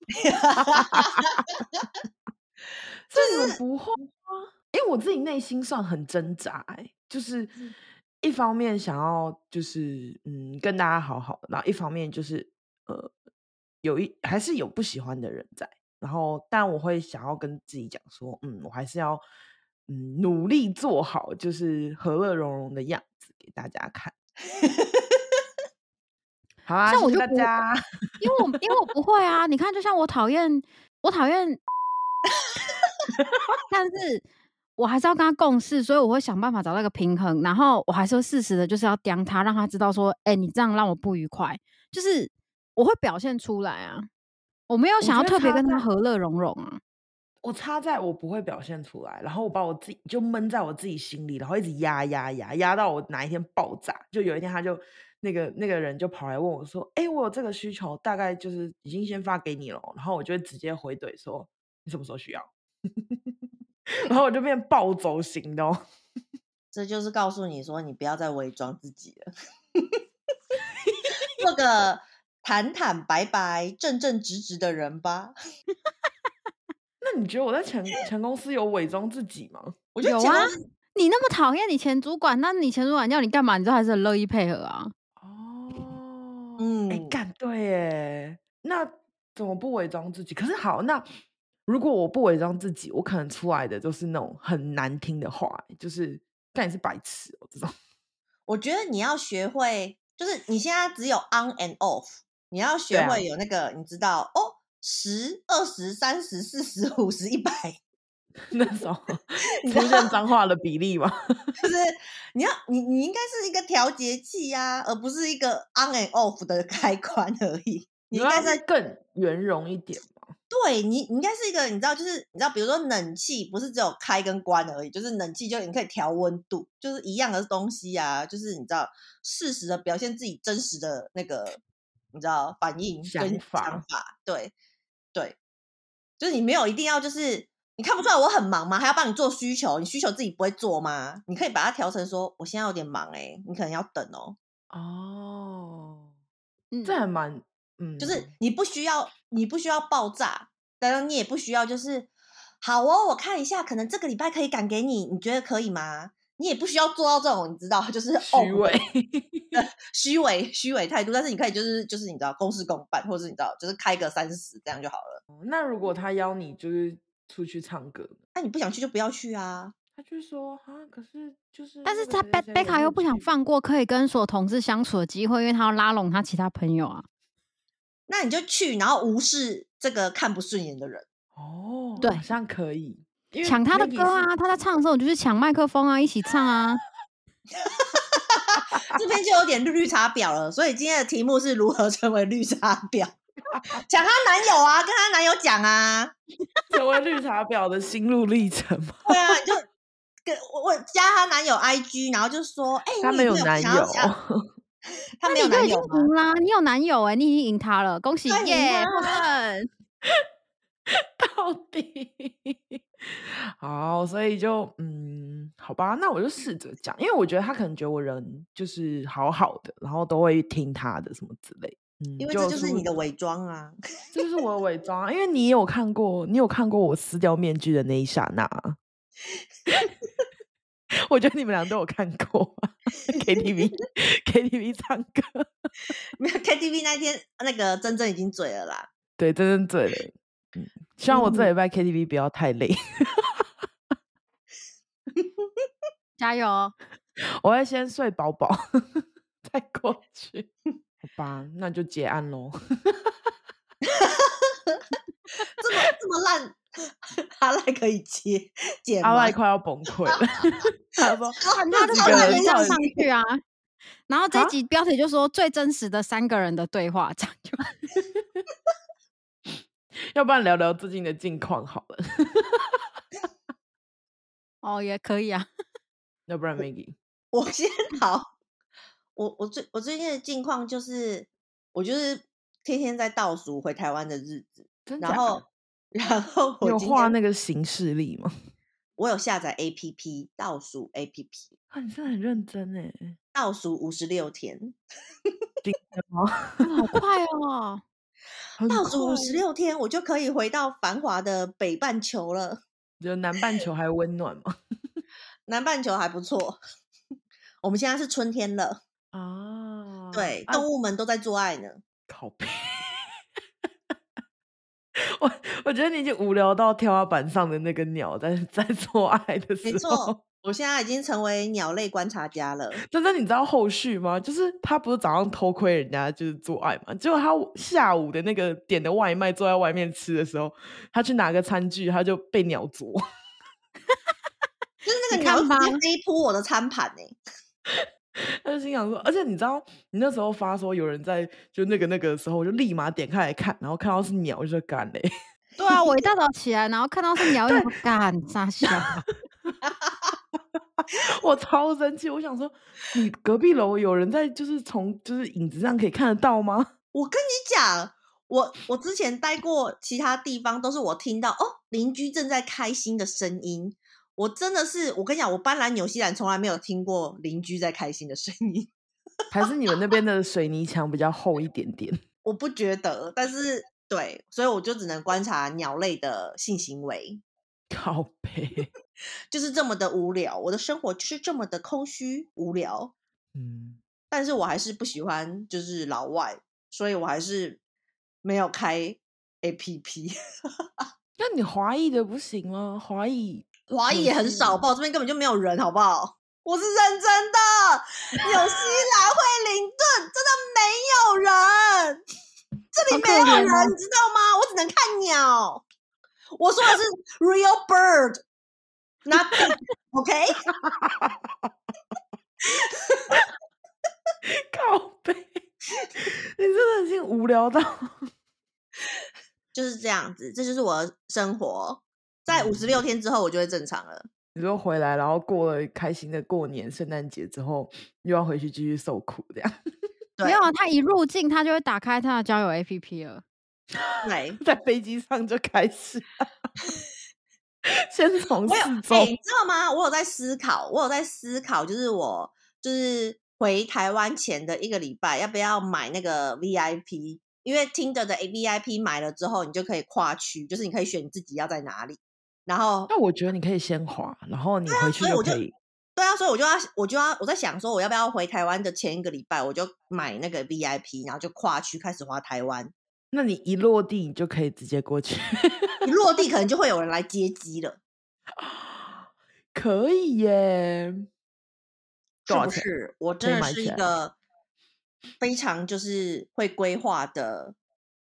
[SPEAKER 2] 这个不会啊，因为我自己内心算很挣扎、欸，就是
[SPEAKER 3] 嗯
[SPEAKER 2] 一方面想要就是嗯跟大家好好，然后一方面就是呃有一还是有不喜欢的人在，然后但我会想要跟自己讲说，嗯，我还是要嗯努力做好，就是和乐融融的样子给大家
[SPEAKER 3] <laughs>
[SPEAKER 2] 看。好啊，
[SPEAKER 3] 像
[SPEAKER 2] 谢
[SPEAKER 3] 我
[SPEAKER 2] 谢
[SPEAKER 3] 就
[SPEAKER 2] 大
[SPEAKER 3] 不
[SPEAKER 2] 家。
[SPEAKER 3] 因为我因为我不会啊，你看，就像我讨厌我讨厌，但是我还是要跟他共事，所以我会想办法找到一个平衡，然后我还是会适时的，就是要刁他，让他知道说，哎、你这样让我不愉快，就是我会表现出来啊，我没有
[SPEAKER 2] 我
[SPEAKER 3] 想要
[SPEAKER 2] 觉得
[SPEAKER 3] 特别
[SPEAKER 2] 他
[SPEAKER 3] 跟他
[SPEAKER 2] 在
[SPEAKER 3] 和乐融融啊，
[SPEAKER 2] 我插在我不会表现出来，然后我把我自己就闷在我自己心里，然后一直压压压压到我哪一天爆炸。就有一天，他就那个那个人就跑来问我说：“哎、我有这个需求，大概就是已经先发给你了。”哦然后我就会直接回怼说：“你什么时候需要？” <laughs> 然后我就变暴走型的哦。 <laughs>
[SPEAKER 1] 这就是告诉你说，你不要再伪装自己了，做个坦坦白白、正正直直的人吧。
[SPEAKER 2] 那你觉得我在前前公司有伪装自己吗？
[SPEAKER 1] 我觉得
[SPEAKER 3] 有
[SPEAKER 1] 前公
[SPEAKER 3] 啊
[SPEAKER 1] 司
[SPEAKER 3] 你那么讨厌你前主管，那你前主管要你干嘛，你都还是很乐意配合啊。
[SPEAKER 2] 哦，哎、
[SPEAKER 1] 嗯
[SPEAKER 2] 干对耶，那怎么不伪装自己？可是好，那如果我不伪装自己，我可能出来的就是那种很难听的话，就是干你是白痴哦、这种。 <laughs>
[SPEAKER 1] 我觉得你要学会，就是你现在只有 on and off，你要学
[SPEAKER 2] 对啊
[SPEAKER 1] 会有那个，你知道哦，十、二十、三十、四十、五十、一百，
[SPEAKER 2] 那种
[SPEAKER 1] <laughs> 你
[SPEAKER 2] 出
[SPEAKER 1] 知
[SPEAKER 2] 现脏话的比例嘛，
[SPEAKER 1] 就是你要你你应该是一个调节器呀、而不是一个 on and off 的开关而已。啊你应
[SPEAKER 2] 要
[SPEAKER 1] 该在
[SPEAKER 2] 更圆融一点嘛。
[SPEAKER 1] 对你，你应该是一个，你知道，就是你知道，比如说冷气不是只有开跟关而已，就是冷气就你可以调温度，就是一样的东西啊，就是你知道，适时的表现自己真实的那个，你知道反应跟
[SPEAKER 2] 想
[SPEAKER 1] 想
[SPEAKER 2] 法
[SPEAKER 1] 法，对对，就是你没有一定要就是你看不出来我很忙吗？还要帮你做需求，你需求自己不会做吗？你可以把它调成说，我现在有点忙哎、你可能要等哦，
[SPEAKER 2] 哦，
[SPEAKER 3] 嗯，
[SPEAKER 2] 这还蛮嗯，
[SPEAKER 1] 就是你不需要，你不需要爆炸，当然你也不需要就是好哦，我看一下，可能这个礼拜可以赶给你，你觉得可以吗？你也不需要做到这种，你知道， <laughs> 就是哦
[SPEAKER 2] 虚伪。 <laughs>
[SPEAKER 1] 虚伪、虚伪态度，但是你可以就是就是你知道公事公办，或者是你知道就是开个三十这样就好了。
[SPEAKER 2] 那如果他邀你就是出去唱歌呢，
[SPEAKER 1] 那、你不想去就不要去啊，
[SPEAKER 2] 他就说啊，可是就是，
[SPEAKER 3] 但是他贝贝卡又不想，放过可以跟所有同志相处的机会，因为他要拉拢他其他朋友啊。
[SPEAKER 1] 那你就去，然后无视这个看不顺眼的人。
[SPEAKER 2] 哦，
[SPEAKER 3] 对
[SPEAKER 2] 好像可以，因为
[SPEAKER 3] 抢他的
[SPEAKER 2] Maggie
[SPEAKER 3] 歌
[SPEAKER 2] 是
[SPEAKER 3] 啊，他在唱的时候，你就去抢麦克风啊，一起唱啊。
[SPEAKER 1] 这边就有点绿绿茶婊了，所以今天的题目是如何成为绿茶婊？ <laughs> 讲她男友啊，跟她男友讲啊，
[SPEAKER 2] 成为绿茶婊的心路历程嘛。
[SPEAKER 1] 对啊，你就跟我我加她男友 IG，然后就说，哎、
[SPEAKER 2] 他
[SPEAKER 1] 你
[SPEAKER 2] 没有
[SPEAKER 1] 想
[SPEAKER 2] 男
[SPEAKER 1] 要
[SPEAKER 2] 友，
[SPEAKER 1] 加她
[SPEAKER 3] 那
[SPEAKER 1] 没有
[SPEAKER 3] 你就
[SPEAKER 1] 男
[SPEAKER 3] 已经
[SPEAKER 1] 友吗？
[SPEAKER 3] 赢啦，你有男友哎、你已经赢他了，恭喜
[SPEAKER 1] 对赢
[SPEAKER 3] 耶！
[SPEAKER 1] 啦
[SPEAKER 3] 获胜
[SPEAKER 2] <laughs> 到底好，所以就嗯，好吧，那我就试着讲，因为我觉得他可能觉得我人就是好好的，然后都会听他的什么之类。嗯，
[SPEAKER 1] 因为这就是
[SPEAKER 2] 殊
[SPEAKER 1] 你的
[SPEAKER 2] 不
[SPEAKER 1] 伪装啊， <laughs>
[SPEAKER 2] 这就是我的伪装啊，因为你有看过，你有看过我撕掉面具的那一刹那啊。 <laughs> 我觉得你们俩都有看过啊 <laughs> KTV KTV 唱歌，
[SPEAKER 1] 没有 KTV 那天那个真正已经醉了啦， <laughs>
[SPEAKER 2] 对，真真醉了。嗯，希望我这
[SPEAKER 3] 嗯
[SPEAKER 2] 礼拜 KTV 不要太累，
[SPEAKER 3] <laughs> 加油！哦
[SPEAKER 2] 我会先睡饱饱 <laughs> 再过去。好吧，那就结案喽。
[SPEAKER 1] 这么这么烂，哈赖可以接解
[SPEAKER 2] 阿
[SPEAKER 1] 吗
[SPEAKER 2] 赖？快要崩
[SPEAKER 1] <laughs>
[SPEAKER 2] 溃了，他说
[SPEAKER 1] 很
[SPEAKER 3] 他就
[SPEAKER 2] 自己
[SPEAKER 3] 把
[SPEAKER 2] 个
[SPEAKER 3] 他
[SPEAKER 2] 人
[SPEAKER 3] 先上
[SPEAKER 2] 到底
[SPEAKER 3] 上去啊。然后这一
[SPEAKER 2] 啊
[SPEAKER 3] 集标题就说最真实的三个人的对话，这样就
[SPEAKER 2] <laughs> 要不然聊聊最近的近况好了，
[SPEAKER 3] 哦也可以啊。
[SPEAKER 2] 要不然
[SPEAKER 1] <laughs>
[SPEAKER 2] Maggie
[SPEAKER 1] 我先好，我我最我最近的近况就是，我就是天天在倒数回台湾的日子，
[SPEAKER 2] 真假
[SPEAKER 1] 然
[SPEAKER 2] 的
[SPEAKER 1] 后 <laughs> 然后
[SPEAKER 2] 你
[SPEAKER 1] 我
[SPEAKER 2] 有
[SPEAKER 1] 今
[SPEAKER 2] 画
[SPEAKER 1] 天
[SPEAKER 2] 那个行事历吗？
[SPEAKER 1] 我有下载 APP 倒数 APP，
[SPEAKER 2] 啊，你真的很认真哎，
[SPEAKER 1] 倒数五十六天，
[SPEAKER 3] 哇好快哦！
[SPEAKER 2] 很
[SPEAKER 1] 倒数
[SPEAKER 2] 快
[SPEAKER 1] 五十六天，我就可以回到繁华的北半球了，
[SPEAKER 2] 就南半球还温
[SPEAKER 1] <laughs>
[SPEAKER 2] 暖吗？
[SPEAKER 1] 南半球还不错。 <laughs> 我们现在是春天了，
[SPEAKER 2] 啊，
[SPEAKER 1] 哦对，
[SPEAKER 2] 啊
[SPEAKER 1] 动物们都在做爱呢。
[SPEAKER 2] 靠背。 <laughs> 我我觉得你已经无聊到天花板上的那个鸟在在做爱的时
[SPEAKER 1] 没
[SPEAKER 2] 候 <laughs>
[SPEAKER 1] 错，，我现在已经成为鸟类观察家了。
[SPEAKER 2] 但是你知道后续吗？就是他不是早上偷窥人家就是做爱嘛，结果他下午的那个点的外卖坐在外面吃的时候，他去拿个餐具，他就被鸟啄。
[SPEAKER 1] 就是那个
[SPEAKER 3] 你
[SPEAKER 1] 鸟
[SPEAKER 3] 看
[SPEAKER 1] 会直接
[SPEAKER 3] 吧
[SPEAKER 1] 飞扑我的餐盘呢、
[SPEAKER 2] 他就心想说，而且你知道，你那时候发说有人在就那个那个的时候，我就立马点开来看，然后看到是鸟，我就说干嘞， <laughs>
[SPEAKER 3] 对啊，我一大早起来，然后看到是鸟，我想说干啥笑？
[SPEAKER 2] 我超生气，我想说你隔壁楼有人在，就是从就是影子上可以看得到吗？ <laughs>
[SPEAKER 1] 我跟你讲，我我之前待过其他地方，都是我听到哦，邻居正在开心的声音。我真的是，我跟你讲，我搬来纽西兰从来没有听过邻居在开心的声音，
[SPEAKER 2] 还是你们那边的水泥墙比较厚一点点？ <laughs>
[SPEAKER 1] 我不觉得。但是对，所以我就只能观察鸟类的性行为，
[SPEAKER 2] 靠背，
[SPEAKER 1] 就是这么的无聊。我的生活就是这么的空虚无聊，
[SPEAKER 2] 嗯，
[SPEAKER 1] 但是我还是不喜欢就是老外，所以我还是没有开 A P P。
[SPEAKER 2] 那你华裔的不行吗？华裔
[SPEAKER 1] 华裔
[SPEAKER 2] 纽
[SPEAKER 1] 也很
[SPEAKER 2] 西
[SPEAKER 1] 少
[SPEAKER 2] 兰
[SPEAKER 1] 报，这边根本就没有人，好不好？我是认真
[SPEAKER 3] <laughs>
[SPEAKER 1] 的，纽西兰、惠灵顿真的没有人，这
[SPEAKER 3] 好
[SPEAKER 1] 里
[SPEAKER 3] 可
[SPEAKER 1] 没有人，
[SPEAKER 3] 怜哦
[SPEAKER 1] 你知道吗？我只能看鸟。我说的
[SPEAKER 3] <laughs>
[SPEAKER 1] 是 real <laughs> bird，not <laughs> pig，OK？、
[SPEAKER 2] 靠背，你真的已经无聊到
[SPEAKER 1] 就是这样子，这就是我的生活。在五十
[SPEAKER 3] 嗯
[SPEAKER 1] 六天之后，我就会正常了。
[SPEAKER 2] <laughs> 你说回来，然后过了开心的过年、圣诞节之后，又要回去继续受苦这样。
[SPEAKER 1] 对，
[SPEAKER 3] 没有啊，他一入境他就会打开他的交友 APP 了。
[SPEAKER 1] 对，
[SPEAKER 2] 在飞机上就开始了， <laughs> 先从
[SPEAKER 1] 我有
[SPEAKER 2] 四周
[SPEAKER 1] 哎、你知道吗？我有在思考，我有在思考，就是我就是回台湾前的一个礼拜，要不要买那个 VIP？因为 Tinder 的 VIP 买了之后，你就可以跨区，就是你可以选你自己要在哪里。然后，
[SPEAKER 2] 那我觉得你可以先滑，然后你
[SPEAKER 1] 对啊
[SPEAKER 2] 回去
[SPEAKER 1] 所以
[SPEAKER 2] 就
[SPEAKER 1] 我就
[SPEAKER 2] 可以。
[SPEAKER 1] 对啊，所以我就要，我就要，我在想说，我要不要回台湾的前一个礼拜，我就买那个 VIP，然后就跨区开始滑台湾。
[SPEAKER 2] 那你一落地，你就可以直接过去。 <laughs>
[SPEAKER 1] 一落地，可能就会有人来接机了。
[SPEAKER 2] 可以耶，
[SPEAKER 1] 是
[SPEAKER 2] 多少
[SPEAKER 1] 不
[SPEAKER 2] 钱？
[SPEAKER 1] 是？我
[SPEAKER 2] 以
[SPEAKER 1] 真的
[SPEAKER 2] 买
[SPEAKER 1] 是
[SPEAKER 2] 起
[SPEAKER 1] 一
[SPEAKER 2] 来
[SPEAKER 1] 个非常就是会规划的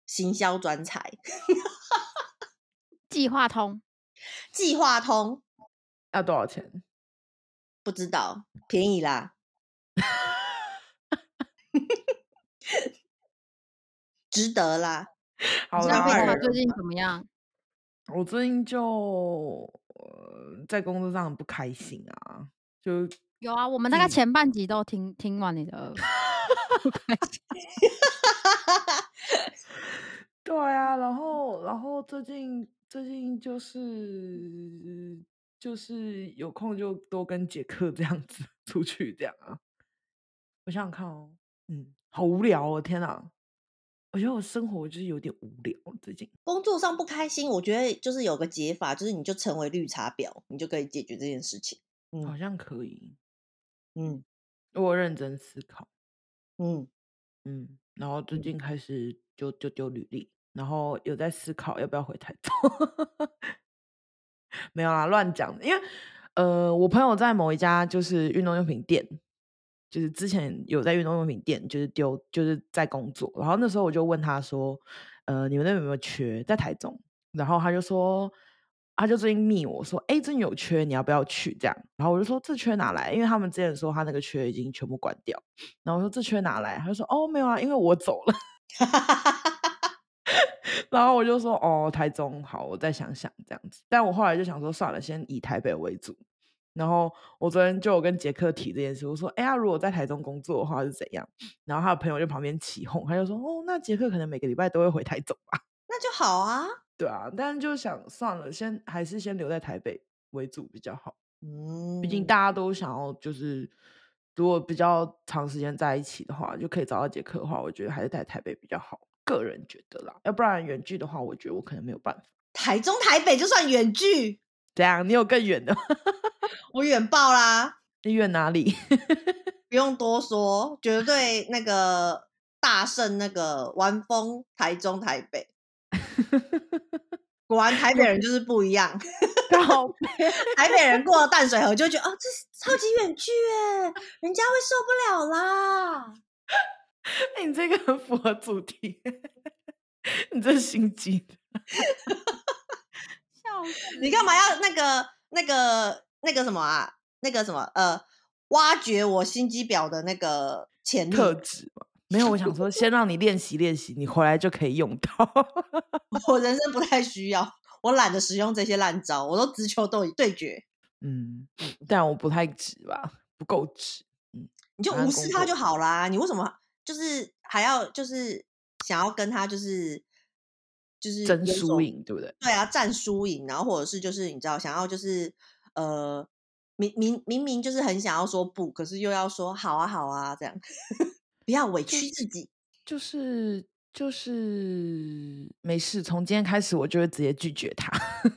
[SPEAKER 1] 行销专才，
[SPEAKER 3] 计划通，
[SPEAKER 1] 计划通
[SPEAKER 2] 要多少钱？
[SPEAKER 1] 不知道便宜啦， <laughs> 值得啦。
[SPEAKER 2] 好哦
[SPEAKER 1] 知
[SPEAKER 3] 那
[SPEAKER 1] 道
[SPEAKER 2] 啦，
[SPEAKER 1] 贝
[SPEAKER 3] 贝
[SPEAKER 1] 尔
[SPEAKER 3] 卡
[SPEAKER 1] 尔
[SPEAKER 3] 最近怎么样？
[SPEAKER 2] 我最近就、呃、在工作上很不开心啊，就
[SPEAKER 3] 有啊，我们大概
[SPEAKER 2] 嗯
[SPEAKER 3] 前半集都听听完你的不开心，
[SPEAKER 2] 对啊，然后然后最近最近就是就是有空就多跟杰克 <laughs> 这样子出去这样啊。我想想看哦，嗯，好无聊哦，天哪！我觉得我生活就是有点无聊，最近
[SPEAKER 1] 工作上不开心，我觉得就是有个解法，就是你就成为绿茶婊，你就可以解决这件事情。
[SPEAKER 2] 好
[SPEAKER 1] 嗯
[SPEAKER 2] 像可以，
[SPEAKER 1] 嗯
[SPEAKER 2] 我有认真思考，
[SPEAKER 1] 嗯， <laughs>
[SPEAKER 2] 嗯，然后最
[SPEAKER 1] 嗯
[SPEAKER 2] 近开始就就丢履历，然后有在思考要不要回台中， <laughs> 没有啦，乱讲的，因为呃，我朋友在某一家就是运动用品店，就是之前有在运动用品店就是丢就是在工作，然后那时候我就问他说，呃，你们那边有没有缺在台中？然后他就说，他就最近密我说，哎、最近有缺，你要不要去？这样，然后我就说这缺哪来？因为他们之前说他那个缺已经全部关掉。然后我说这缺哪来？他就说哦没有啊，因为我走了。 <laughs> 然后我就说哦台中好，我再想想这样子。但我后来就想说算了，先以台北为主。然后我昨天就有跟杰克提这件事，我说哎呀，如果在台中工作的话是怎样？然后他的朋友就旁边起哄，他就说哦那杰克可能每个礼拜都会回台中吧？
[SPEAKER 1] 那就好啊。
[SPEAKER 2] 对啊，但就想算了，先还是先留在台北为主比较好。
[SPEAKER 1] 嗯，
[SPEAKER 2] 毕竟大家都想要就是，如果比较长时间在一起的话，就可以找到杰克的话，我觉得还是在台北比较好。个人觉得啦，要不然远距的话，我觉得我可能没有办法。
[SPEAKER 1] 台中、台北就算远距，
[SPEAKER 2] 怎样？你有更远的吗？ <laughs>
[SPEAKER 1] 我远爆啦，
[SPEAKER 2] 你远哪里？ <laughs>
[SPEAKER 1] 不用多说，绝对那个大胜那个玩风台中、台北。果然台北人就是不一样，
[SPEAKER 2] 靠 <laughs> 北！
[SPEAKER 1] 台北人过了淡水河就会觉得啊、这是超级远距哎，人家会受不了啦。
[SPEAKER 2] 哎你这个很符合主题， <laughs> 你这是心机。
[SPEAKER 3] 笑死！
[SPEAKER 1] 你干嘛要那个那个那个什么啊？那个什么呃，挖掘我心机婊的那个潜力？
[SPEAKER 2] 特质嘛。哎没有，我想说，先让你练习练习，你回来就可以用到。 <laughs>
[SPEAKER 1] 我人生不太需要，我懒得使用这些烂招，我都直球对对决，
[SPEAKER 2] 嗯，但我不太值吧，不够值。
[SPEAKER 1] 你就
[SPEAKER 2] 反
[SPEAKER 1] 无
[SPEAKER 2] 正
[SPEAKER 1] 视
[SPEAKER 2] 工
[SPEAKER 1] 他就
[SPEAKER 2] 作
[SPEAKER 1] 好啦。你为什么就是还要就是想要跟他就是就是
[SPEAKER 2] 争
[SPEAKER 1] 有
[SPEAKER 2] 输
[SPEAKER 1] 所
[SPEAKER 2] 赢，对不对？
[SPEAKER 1] 对啊，战输赢，然后或者是就是你知道，想要就是呃，明明明明就是很想要说不，可是又要说好啊好啊这样， <laughs> 不要委屈自己。
[SPEAKER 2] 就是就是没事，从今天开始我就会直接拒绝他。 <laughs>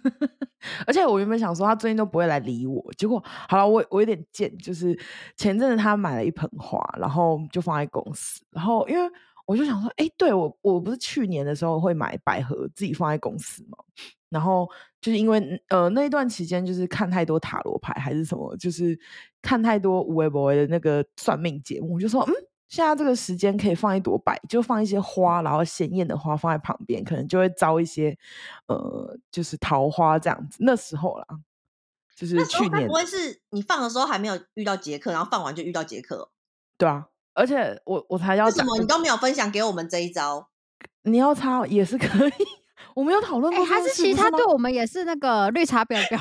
[SPEAKER 2] 而且我原本想说他最近都不会来理我，结果好了，我我有点贱，就是前阵子他买了一盆花，然后就放在公司，然后因为我就想说，哎、对我我不是去年的时候会买百合自己放在公司嘛，然后就是因为呃那一段期间就是看太多塔罗牌还是什么，就是看太多无为博为的那个算命节目，我就说嗯。现在这个时间可以放一朵白，就放一些花，然后鲜艳的花放在旁边，可能就会招一些呃，就是桃花这样子。那时候啦，就是
[SPEAKER 1] 那时候
[SPEAKER 2] 去
[SPEAKER 1] 该
[SPEAKER 2] 年
[SPEAKER 1] 不会是你放的时候还没有遇到杰克，然后放完就遇到杰克哦？
[SPEAKER 2] 对啊，而且我我才要
[SPEAKER 1] 为什
[SPEAKER 2] 讲，
[SPEAKER 1] 么你都没有分享给我们这一招？
[SPEAKER 2] 你要插也是可以。 <laughs> 我们有讨论
[SPEAKER 3] 哎、
[SPEAKER 2] 过这
[SPEAKER 3] 还
[SPEAKER 2] 件事，
[SPEAKER 3] 是其
[SPEAKER 2] 不
[SPEAKER 3] 他
[SPEAKER 2] 吗
[SPEAKER 3] 对我们也是那个绿茶婊表
[SPEAKER 1] 防哎、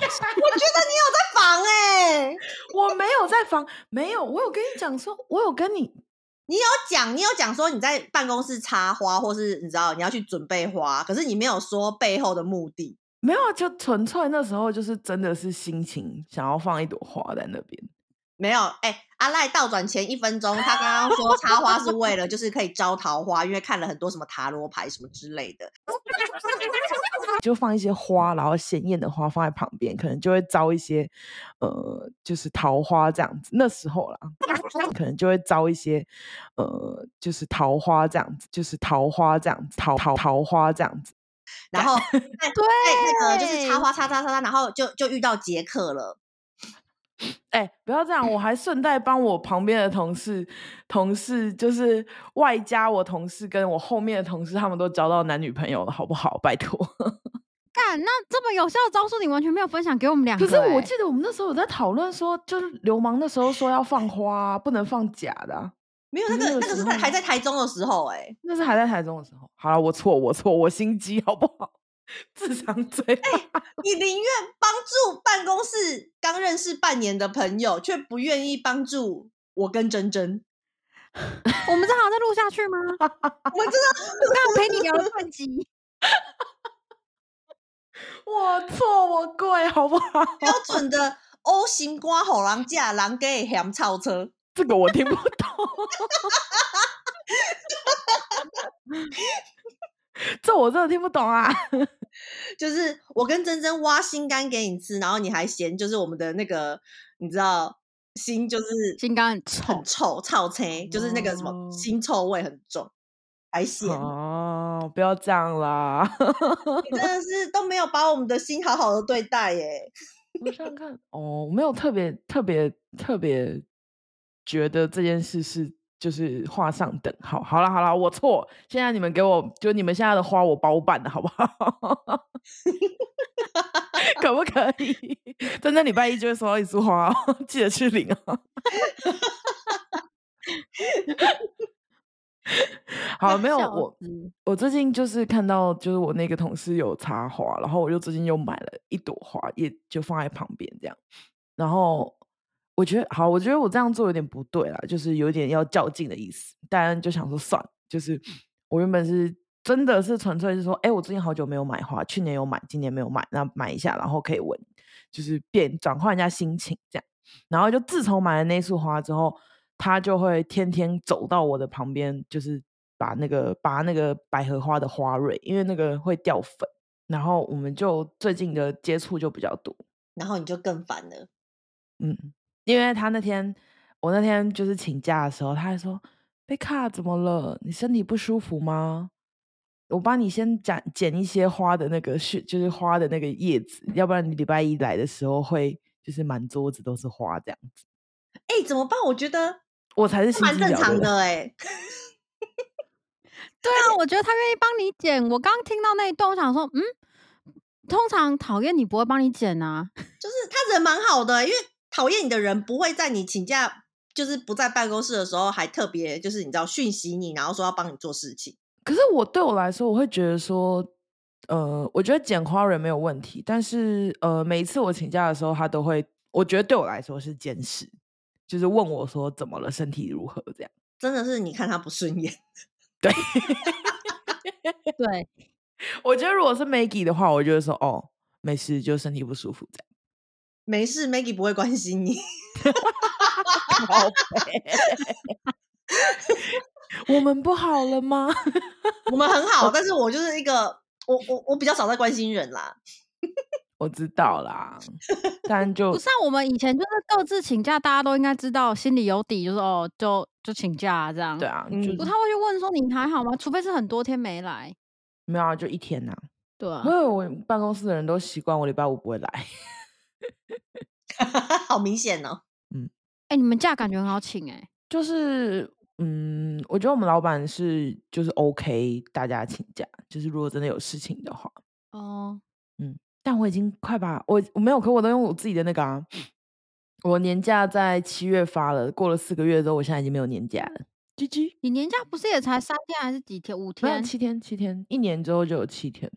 [SPEAKER 2] 我没有在防，没有，我有跟你讲说，我有跟你
[SPEAKER 1] 你有讲，你有讲说你在办公室插花，或是你知道你要去准备花，可是你没有说背后的目的。
[SPEAKER 2] 没有啊，就纯粹那时候就是真的是心情想要放一朵花在那边。
[SPEAKER 1] 没有，哎、阿赖倒转前一分钟，他刚刚说插花是为了就是可以招桃花，因为看了很多什么塔罗牌什么之类的。
[SPEAKER 2] 就放一些花，然后鲜艳的花放在旁边，可能就会招一些，呃，就是桃花这样子。那时候啦，可能就会招一些，呃，就是桃花这样子，就是桃花这样子，桃桃桃花这样子。
[SPEAKER 1] <laughs> 然后在在那个就是
[SPEAKER 3] 对
[SPEAKER 1] 插花插插插插，然后就就遇到杰克了。
[SPEAKER 2] 哎、不要这样，我还顺带帮我旁边的同事，同事就是外加我同事跟我后面的同事，他们都交到男女朋友了，好不好？拜托。 <laughs>
[SPEAKER 3] 干，那这么有效的招数，你完全没有分享给我们两个
[SPEAKER 2] 可
[SPEAKER 3] 欸、
[SPEAKER 2] 是我记得我们那时候有在讨论说，就是流氓那时候说要放花啊、不能放假的啊、
[SPEAKER 1] 没有
[SPEAKER 2] 你
[SPEAKER 1] 那个
[SPEAKER 2] 那个
[SPEAKER 1] 那个
[SPEAKER 2] 时
[SPEAKER 1] 是在
[SPEAKER 2] 候
[SPEAKER 1] 还在台中的时候哎、 <laughs>
[SPEAKER 2] 那是还在台中的时候。好了，我错，我错，我心机好不好？ <laughs> 智商最大
[SPEAKER 1] 你宁愿帮助办公室刚认识半年的朋友，却不愿意帮助我跟珍珍。
[SPEAKER 3] 我们这还要再录下去吗？
[SPEAKER 1] 我们真的
[SPEAKER 3] <laughs> 我刚刚陪你聊了半集，
[SPEAKER 2] 我错，我跪，好不好？ <laughs>
[SPEAKER 1] 标准的 O 型瓜吼狼架狼给嫌超车。
[SPEAKER 2] 这个我听不懂。 <laughs> 这我真的听不懂啊！
[SPEAKER 1] 就是我跟珍珍挖心肝给你吃，然后你还嫌就是我们的那个，你知道心就是
[SPEAKER 3] 心肝很臭
[SPEAKER 1] 很臭，臭青，就是那个什么
[SPEAKER 2] 哦
[SPEAKER 1] 腥臭味很重，还嫌
[SPEAKER 2] 哦，不要这样啦！ <laughs>
[SPEAKER 1] 你真的是都没有把我们的心好好的对待耶。
[SPEAKER 2] 我想想看，哦，我没有特别特别特别觉得这件事是就是画上等号。好了好了，我错。现在你们给我，就你们现在的花我包办的好不 <laughs> 好？可不可以？真的礼拜一就会收到一束花、哦，记得去领哦。 <laughs> <laughs> 好，没有
[SPEAKER 3] 笑
[SPEAKER 1] <laughs>
[SPEAKER 2] 我，
[SPEAKER 3] 死
[SPEAKER 2] 我最近就是看到，就是我那个同事有插花，然后我就最近又买了一朵花，也就放在旁边这样。然后我觉得，好，我觉得我这样做有点不对啦，就是有点要较劲的意思。但就想说，算了，就是我原本是真的是纯粹是说，哎、我最近好久没有买花，去年有买，今年没有买，那买一下，然后可以闻，就是变转换一下心情这样。然后就自从买了那束花之后，它就会天天走到我的旁边，就是把那个拔那个百合花的花蕊，因为那个会掉粉。然后我们就最近的接触就比较多，
[SPEAKER 1] 然后你就更烦了，
[SPEAKER 2] 嗯，因为他那天我那天就是请假的时候，他还说：“贝卡怎么了？你身体不舒服吗？”我帮你先剪剪一些花的那个是，就是花的那个叶子，要不然你礼拜一来的时候会就是满桌子都是花这样子。
[SPEAKER 1] 哎、怎么办？我觉得
[SPEAKER 2] 我才
[SPEAKER 1] 这
[SPEAKER 2] 是心
[SPEAKER 1] 蛮
[SPEAKER 2] 机
[SPEAKER 1] 正
[SPEAKER 2] 婊
[SPEAKER 1] 常
[SPEAKER 2] 对吧
[SPEAKER 1] 的哎。
[SPEAKER 3] 对啊，我觉得他愿意帮你剪。我刚刚听到那一段，我想说，嗯，通常讨厌你不会帮你剪啊。
[SPEAKER 1] 就是他人蛮好的欸、因为讨厌你的人不会在你请假，就是不在办公室的时候还特别就是你知道讯息你，然后说要帮你做事情。
[SPEAKER 2] 可是我对我来说，我会觉得说，呃，我觉得剪花蕊没有问题，但是呃，每一次我请假的时候，他都会，我觉得对我来说是监视，就是问我说怎么了，身体如何这样。
[SPEAKER 1] 真的是你看他不顺眼，
[SPEAKER 3] 对，
[SPEAKER 2] 我觉得如果是 Maggie 的话，我就会说哦，没事，就身体不舒服这样。
[SPEAKER 1] 没事，Maggie 不会关心你。
[SPEAKER 2] 靠北 <laughs> 我们不好了吗？ <laughs>
[SPEAKER 1] 我们很好，但是我就是一个，我我我比较少在关心人啦。
[SPEAKER 2] 我知道啦，但就
[SPEAKER 3] 不是啊，我们以前就是各自请假，大家都应该知道，心里有底，就是哦，就就请假、啊、这样。
[SPEAKER 2] 对，啊，
[SPEAKER 1] 嗯
[SPEAKER 2] 就
[SPEAKER 3] 不太会去问说你还好吗？除非是很多天没来。
[SPEAKER 2] 没有啊，就一天呐、
[SPEAKER 3] 对啊
[SPEAKER 2] 因，为我办公室的人都习惯我礼拜五不会来。
[SPEAKER 1] 好明显哦，
[SPEAKER 3] 哎、你们假感觉很好请哎、
[SPEAKER 2] 就是嗯，我觉得我们老板是就是 OK，大家请假，就是如果真的有事情的话。
[SPEAKER 3] 哦，
[SPEAKER 2] 但我已经快把我我没有，可我都用我自己的那个啊。我年假在七月发了，过了四个月之后，我现在已经没有年假了。G G，
[SPEAKER 3] 你年假不是也才三天还是几天？五
[SPEAKER 2] 没有
[SPEAKER 3] 天？
[SPEAKER 2] 七天，七天，一年之后就有七天。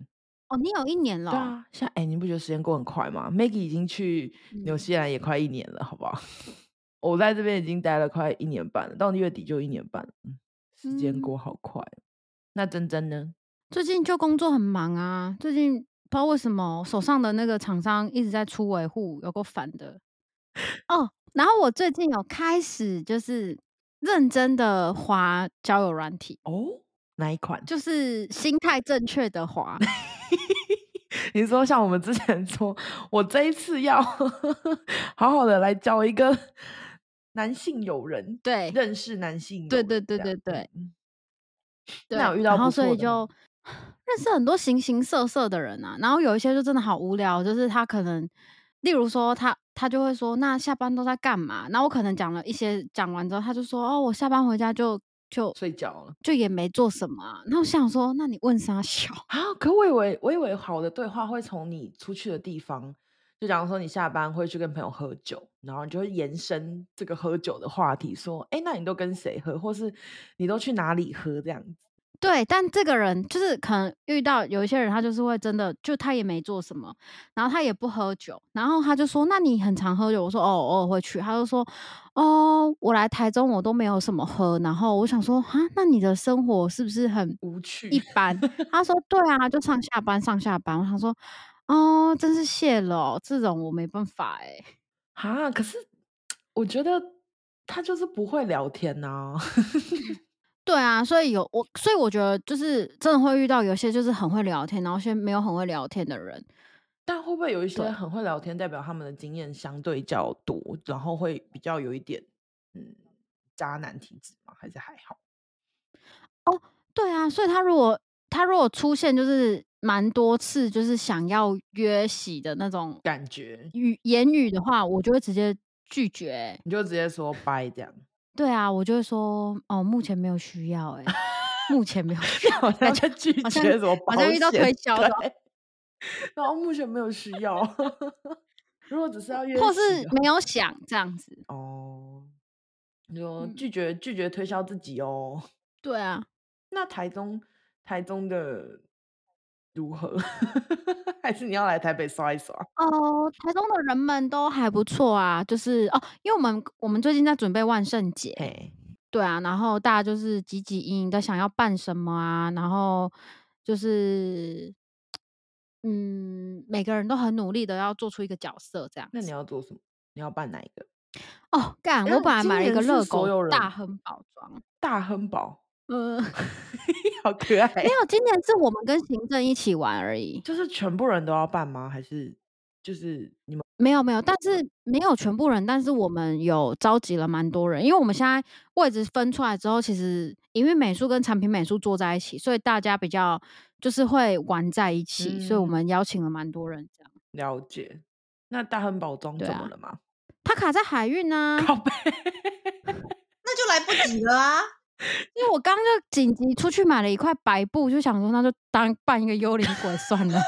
[SPEAKER 3] 哦，你有一年了
[SPEAKER 2] 对
[SPEAKER 3] 哦。
[SPEAKER 2] 啊，像哎、你不觉得时间过很快吗？Maggie 已经去纽
[SPEAKER 3] 嗯
[SPEAKER 2] 西兰也快一年了，好不好？ <laughs> 我在这边已经待了快一年半了，到月底就一年半了，嗯时间
[SPEAKER 3] 嗯
[SPEAKER 2] 过好快。那珍珍呢？
[SPEAKER 3] 最近就工作很忙啊，最近不知道为什么手上的那个厂商一直在出维护，有够烦的。哦，然后我最近有开始就是认真的滑交友软体，
[SPEAKER 2] 哦，哪一款？ <laughs>
[SPEAKER 3] 就是心态正确的滑。
[SPEAKER 2] 你说像我们之前说，我这一次要 <laughs> 好好的来交一个男性友人，
[SPEAKER 3] 对
[SPEAKER 2] 认识男性
[SPEAKER 3] 对
[SPEAKER 2] 友
[SPEAKER 3] 对
[SPEAKER 2] 人
[SPEAKER 3] 对
[SPEAKER 2] 这样
[SPEAKER 3] 对对，
[SPEAKER 2] 嗯
[SPEAKER 3] 对，
[SPEAKER 2] 那有遇到
[SPEAKER 3] 然
[SPEAKER 2] 不
[SPEAKER 3] 后所
[SPEAKER 2] 错
[SPEAKER 3] 以
[SPEAKER 2] 的吗
[SPEAKER 3] 就认识很多形形色色的人啊，然后有一些就真的好无聊，就是他可能例如说他他就会说，那下班都在干嘛？那我可能讲了一些，讲完之后他就说，哦，我下班回家就就
[SPEAKER 2] 睡觉了
[SPEAKER 3] 就也没做什么、啊。那我想说，那你问啥小？
[SPEAKER 2] 啊？可我以为我以为好的对话会从你出去的地方，就假如说你下班会去跟朋友喝酒，然后你就会延伸这个喝酒的话题，说，哎，那你都跟谁喝，或是你都去哪里喝这样子。
[SPEAKER 3] 对，但这个人就是可能遇到有一些人，他就是会真的，就他也没做什么，然后他也不喝酒，然后他就说：“那你很常喝酒？”我说：“哦，偶尔会去。”他就说：“哦，我来台中我都没有什么喝。”然后我想说：“啊，那你的生活是不是很
[SPEAKER 2] 无趣
[SPEAKER 3] 一般？”他说：“对啊，就上下班上下班。”我想说：“哦，真是谢了哦、这种我没办法哎、
[SPEAKER 2] 啊，可是我觉得他就是不会聊天呐、 <laughs>
[SPEAKER 3] 对啊，所以有我，所以我觉得就是真的会遇到有些就是很会聊天，然后些没有很会聊天的人。
[SPEAKER 2] 但会不会有一些
[SPEAKER 3] 对
[SPEAKER 2] 很会聊天，代表他们的经验相对较多，然后会比较有一点嗯渣男体质吗？还是还好？
[SPEAKER 3] 对啊，所以他如果他如果出现就是蛮多次，就是想要约洗的那种
[SPEAKER 2] 感觉
[SPEAKER 3] 语言语的话，我就会直接拒绝欸、
[SPEAKER 2] 你就直接说拜这样，
[SPEAKER 3] 对啊，我就会说哦，目前没有需要、欸，哎，目前没有需
[SPEAKER 2] <laughs>
[SPEAKER 3] 要，
[SPEAKER 2] 好像
[SPEAKER 3] 感觉
[SPEAKER 2] 在拒
[SPEAKER 3] 好像
[SPEAKER 2] 绝什么
[SPEAKER 3] 好像
[SPEAKER 2] 保
[SPEAKER 3] 遇到
[SPEAKER 2] 险
[SPEAKER 3] 推销的哦
[SPEAKER 2] 对然后目前没有需
[SPEAKER 3] <laughs>
[SPEAKER 2] 要，如果只是哦要约
[SPEAKER 3] 或
[SPEAKER 2] 起
[SPEAKER 3] 是
[SPEAKER 2] 的
[SPEAKER 3] 没有想这样子。
[SPEAKER 2] 话哦，你说
[SPEAKER 3] 嗯
[SPEAKER 2] 拒绝、拒绝推销自己哦。
[SPEAKER 3] 对啊，
[SPEAKER 2] 那台中台中的如何？ <laughs> 还是你要来台北刷一刷？
[SPEAKER 3] 哦，台中的人们都还不错啊，就是哦，因为我们我们最近在准备万圣节，
[SPEAKER 2] 嘿，
[SPEAKER 3] 对啊，然后大家就是积极应应的想要办什么啊，然后就是嗯，每个人都很努力的要做出一个角色这样
[SPEAKER 2] 那你
[SPEAKER 3] 子
[SPEAKER 2] 要做什么？你要办哪一个？
[SPEAKER 3] 哦，干，
[SPEAKER 2] 那
[SPEAKER 3] 我本来
[SPEAKER 2] 今
[SPEAKER 3] 买了一
[SPEAKER 2] 年
[SPEAKER 3] 个
[SPEAKER 2] 是
[SPEAKER 3] 热
[SPEAKER 2] 所
[SPEAKER 3] 狗
[SPEAKER 2] 有人
[SPEAKER 3] 大亨宝装，
[SPEAKER 2] 大亨堡， <laughs>
[SPEAKER 3] 呃，
[SPEAKER 2] 好可爱
[SPEAKER 3] 没。有，今年是我们跟行政一起玩而已，
[SPEAKER 2] 就是全部人都要办吗？还是就是你们
[SPEAKER 3] 没有没有，
[SPEAKER 2] 嗯
[SPEAKER 3] 但是没有全部人，但是我们有召集了蛮多人，因为我们现在位置分出来之后，其实因为美术跟产品美术坐在一起，所以大家比较就是会玩在一起，所以我
[SPEAKER 2] 嗯
[SPEAKER 3] 们邀请了蛮多人这样。
[SPEAKER 2] 了解？那大亨堡装
[SPEAKER 3] 对
[SPEAKER 2] 怎么
[SPEAKER 3] 啊
[SPEAKER 2] 了吗？ <laughs>
[SPEAKER 3] 他卡在海运啊呢、
[SPEAKER 2] 靠背，
[SPEAKER 1] 那就来不及了啊！
[SPEAKER 3] 因为我刚刚就紧急出去买了一块白布，就想说那就当扮一个幽灵鬼算了，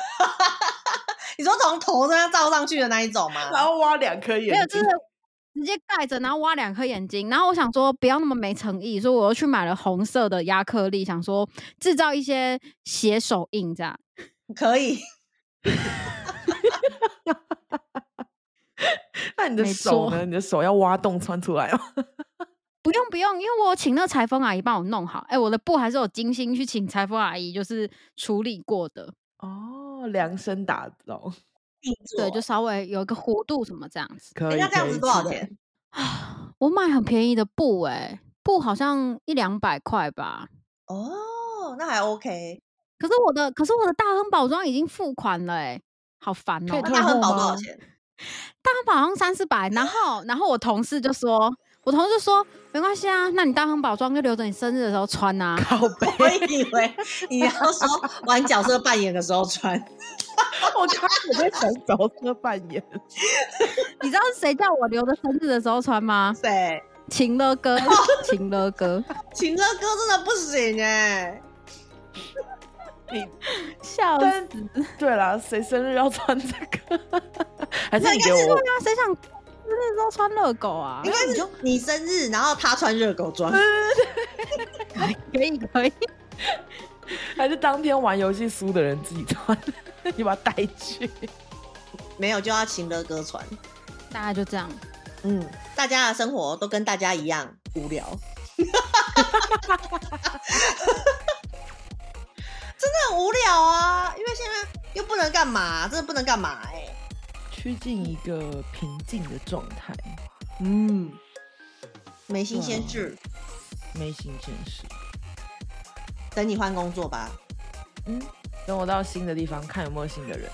[SPEAKER 1] 你说从头这样罩上去的那一种吗？
[SPEAKER 2] 然后挖两 <laughs> 颗眼睛，
[SPEAKER 3] 没有就是直接盖着，然后挖两颗眼睛，然后我想说不要那么没诚意，所以我又去买了红色的亚克力，想说制造一些血手印这样。
[SPEAKER 1] 可以，
[SPEAKER 2] 那你的
[SPEAKER 3] 没
[SPEAKER 2] 手
[SPEAKER 3] 错
[SPEAKER 2] 呢？你的手要挖洞穿出来哦。 <laughs>
[SPEAKER 3] 不用不用，因为我有请那个裁缝阿姨帮我弄好。哎、我的布还是有精心去请裁缝阿姨，就是处理过的。
[SPEAKER 2] 哦，量身打造，
[SPEAKER 3] 对，就稍微有一个弧度什么这样子。
[SPEAKER 2] 可
[SPEAKER 1] 人
[SPEAKER 2] 以。
[SPEAKER 1] 哎家这样
[SPEAKER 2] 可以
[SPEAKER 1] 子多少
[SPEAKER 2] 是的
[SPEAKER 1] 钱？
[SPEAKER 3] 啊，我买很便宜的布、哎，布好像一两百块吧。
[SPEAKER 1] 哦，那还 OK。
[SPEAKER 3] 可是我的，可是我的大亨宝装已经付款了、哎，好烦哦、
[SPEAKER 2] 可以
[SPEAKER 1] 那
[SPEAKER 2] 退
[SPEAKER 1] 大
[SPEAKER 2] 货
[SPEAKER 1] 亨宝多少
[SPEAKER 2] 吗
[SPEAKER 1] 钱？ <laughs>
[SPEAKER 3] 大亨宝好像三四百，然后然后我同事就说，我同事就说没关系啊，那你大亨宝装就留着你生日的时候穿啊。
[SPEAKER 2] 靠 <laughs> 背，
[SPEAKER 1] 我以为你要说玩角色扮演的时候穿，
[SPEAKER 2] 我刚才在想角色扮演。
[SPEAKER 3] 你知道谁叫我留着生日的时候穿吗？
[SPEAKER 1] 对，
[SPEAKER 3] 情乐 <laughs> 哥，情乐哥。
[SPEAKER 1] 情歌哥真的不行哎、
[SPEAKER 2] 你
[SPEAKER 3] 笑死！
[SPEAKER 2] <laughs> 但 <laughs> 对啦，谁生日要穿这个？ <laughs> 还是
[SPEAKER 3] 那
[SPEAKER 2] 你
[SPEAKER 3] 应
[SPEAKER 2] 给
[SPEAKER 3] 该是对
[SPEAKER 2] 我？
[SPEAKER 3] 啊，谁想那时候穿热狗啊
[SPEAKER 1] 应？该是你嗯生日，然后他穿热狗装，
[SPEAKER 3] 可以可以，
[SPEAKER 2] 还是当天玩游戏输的人自己穿？ <laughs> 你把它带去。
[SPEAKER 1] 没有就要情歌哥穿。
[SPEAKER 3] 大概就这样。
[SPEAKER 1] 嗯，大家的生活都跟大家一样无聊。 <laughs> 真的很无聊啊，因为现在又不能干嘛，真的不能干嘛哎、
[SPEAKER 2] 趋近一个平静的状态，
[SPEAKER 1] 嗯，没新鲜事，
[SPEAKER 2] 没新鲜事。
[SPEAKER 1] 等你换工作吧。
[SPEAKER 2] 嗯，等我到新的地方看有没有新的人，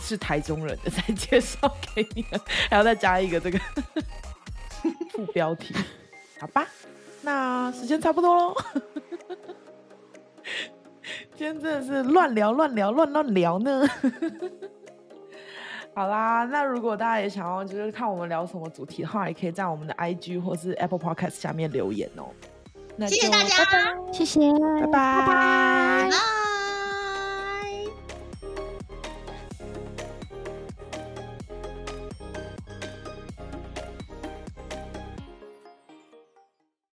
[SPEAKER 2] 是台中人的再介绍给你们，还要再加一
[SPEAKER 1] <laughs>
[SPEAKER 2] 个这个副标题，好吧？那时间差不多喽。今天真的是乱聊乱聊乱乱聊呢。 <laughs> 好啦，那如果大家也想要就是看我们聊什么主题的话，也可以在我们的 IG 或是 Apple Podcast 下面留言哦。那
[SPEAKER 1] 谢谢
[SPEAKER 2] 就
[SPEAKER 1] 大家，
[SPEAKER 3] 谢谢，
[SPEAKER 2] 拜
[SPEAKER 3] 拜
[SPEAKER 2] 拜。
[SPEAKER 3] 拜
[SPEAKER 1] 拜。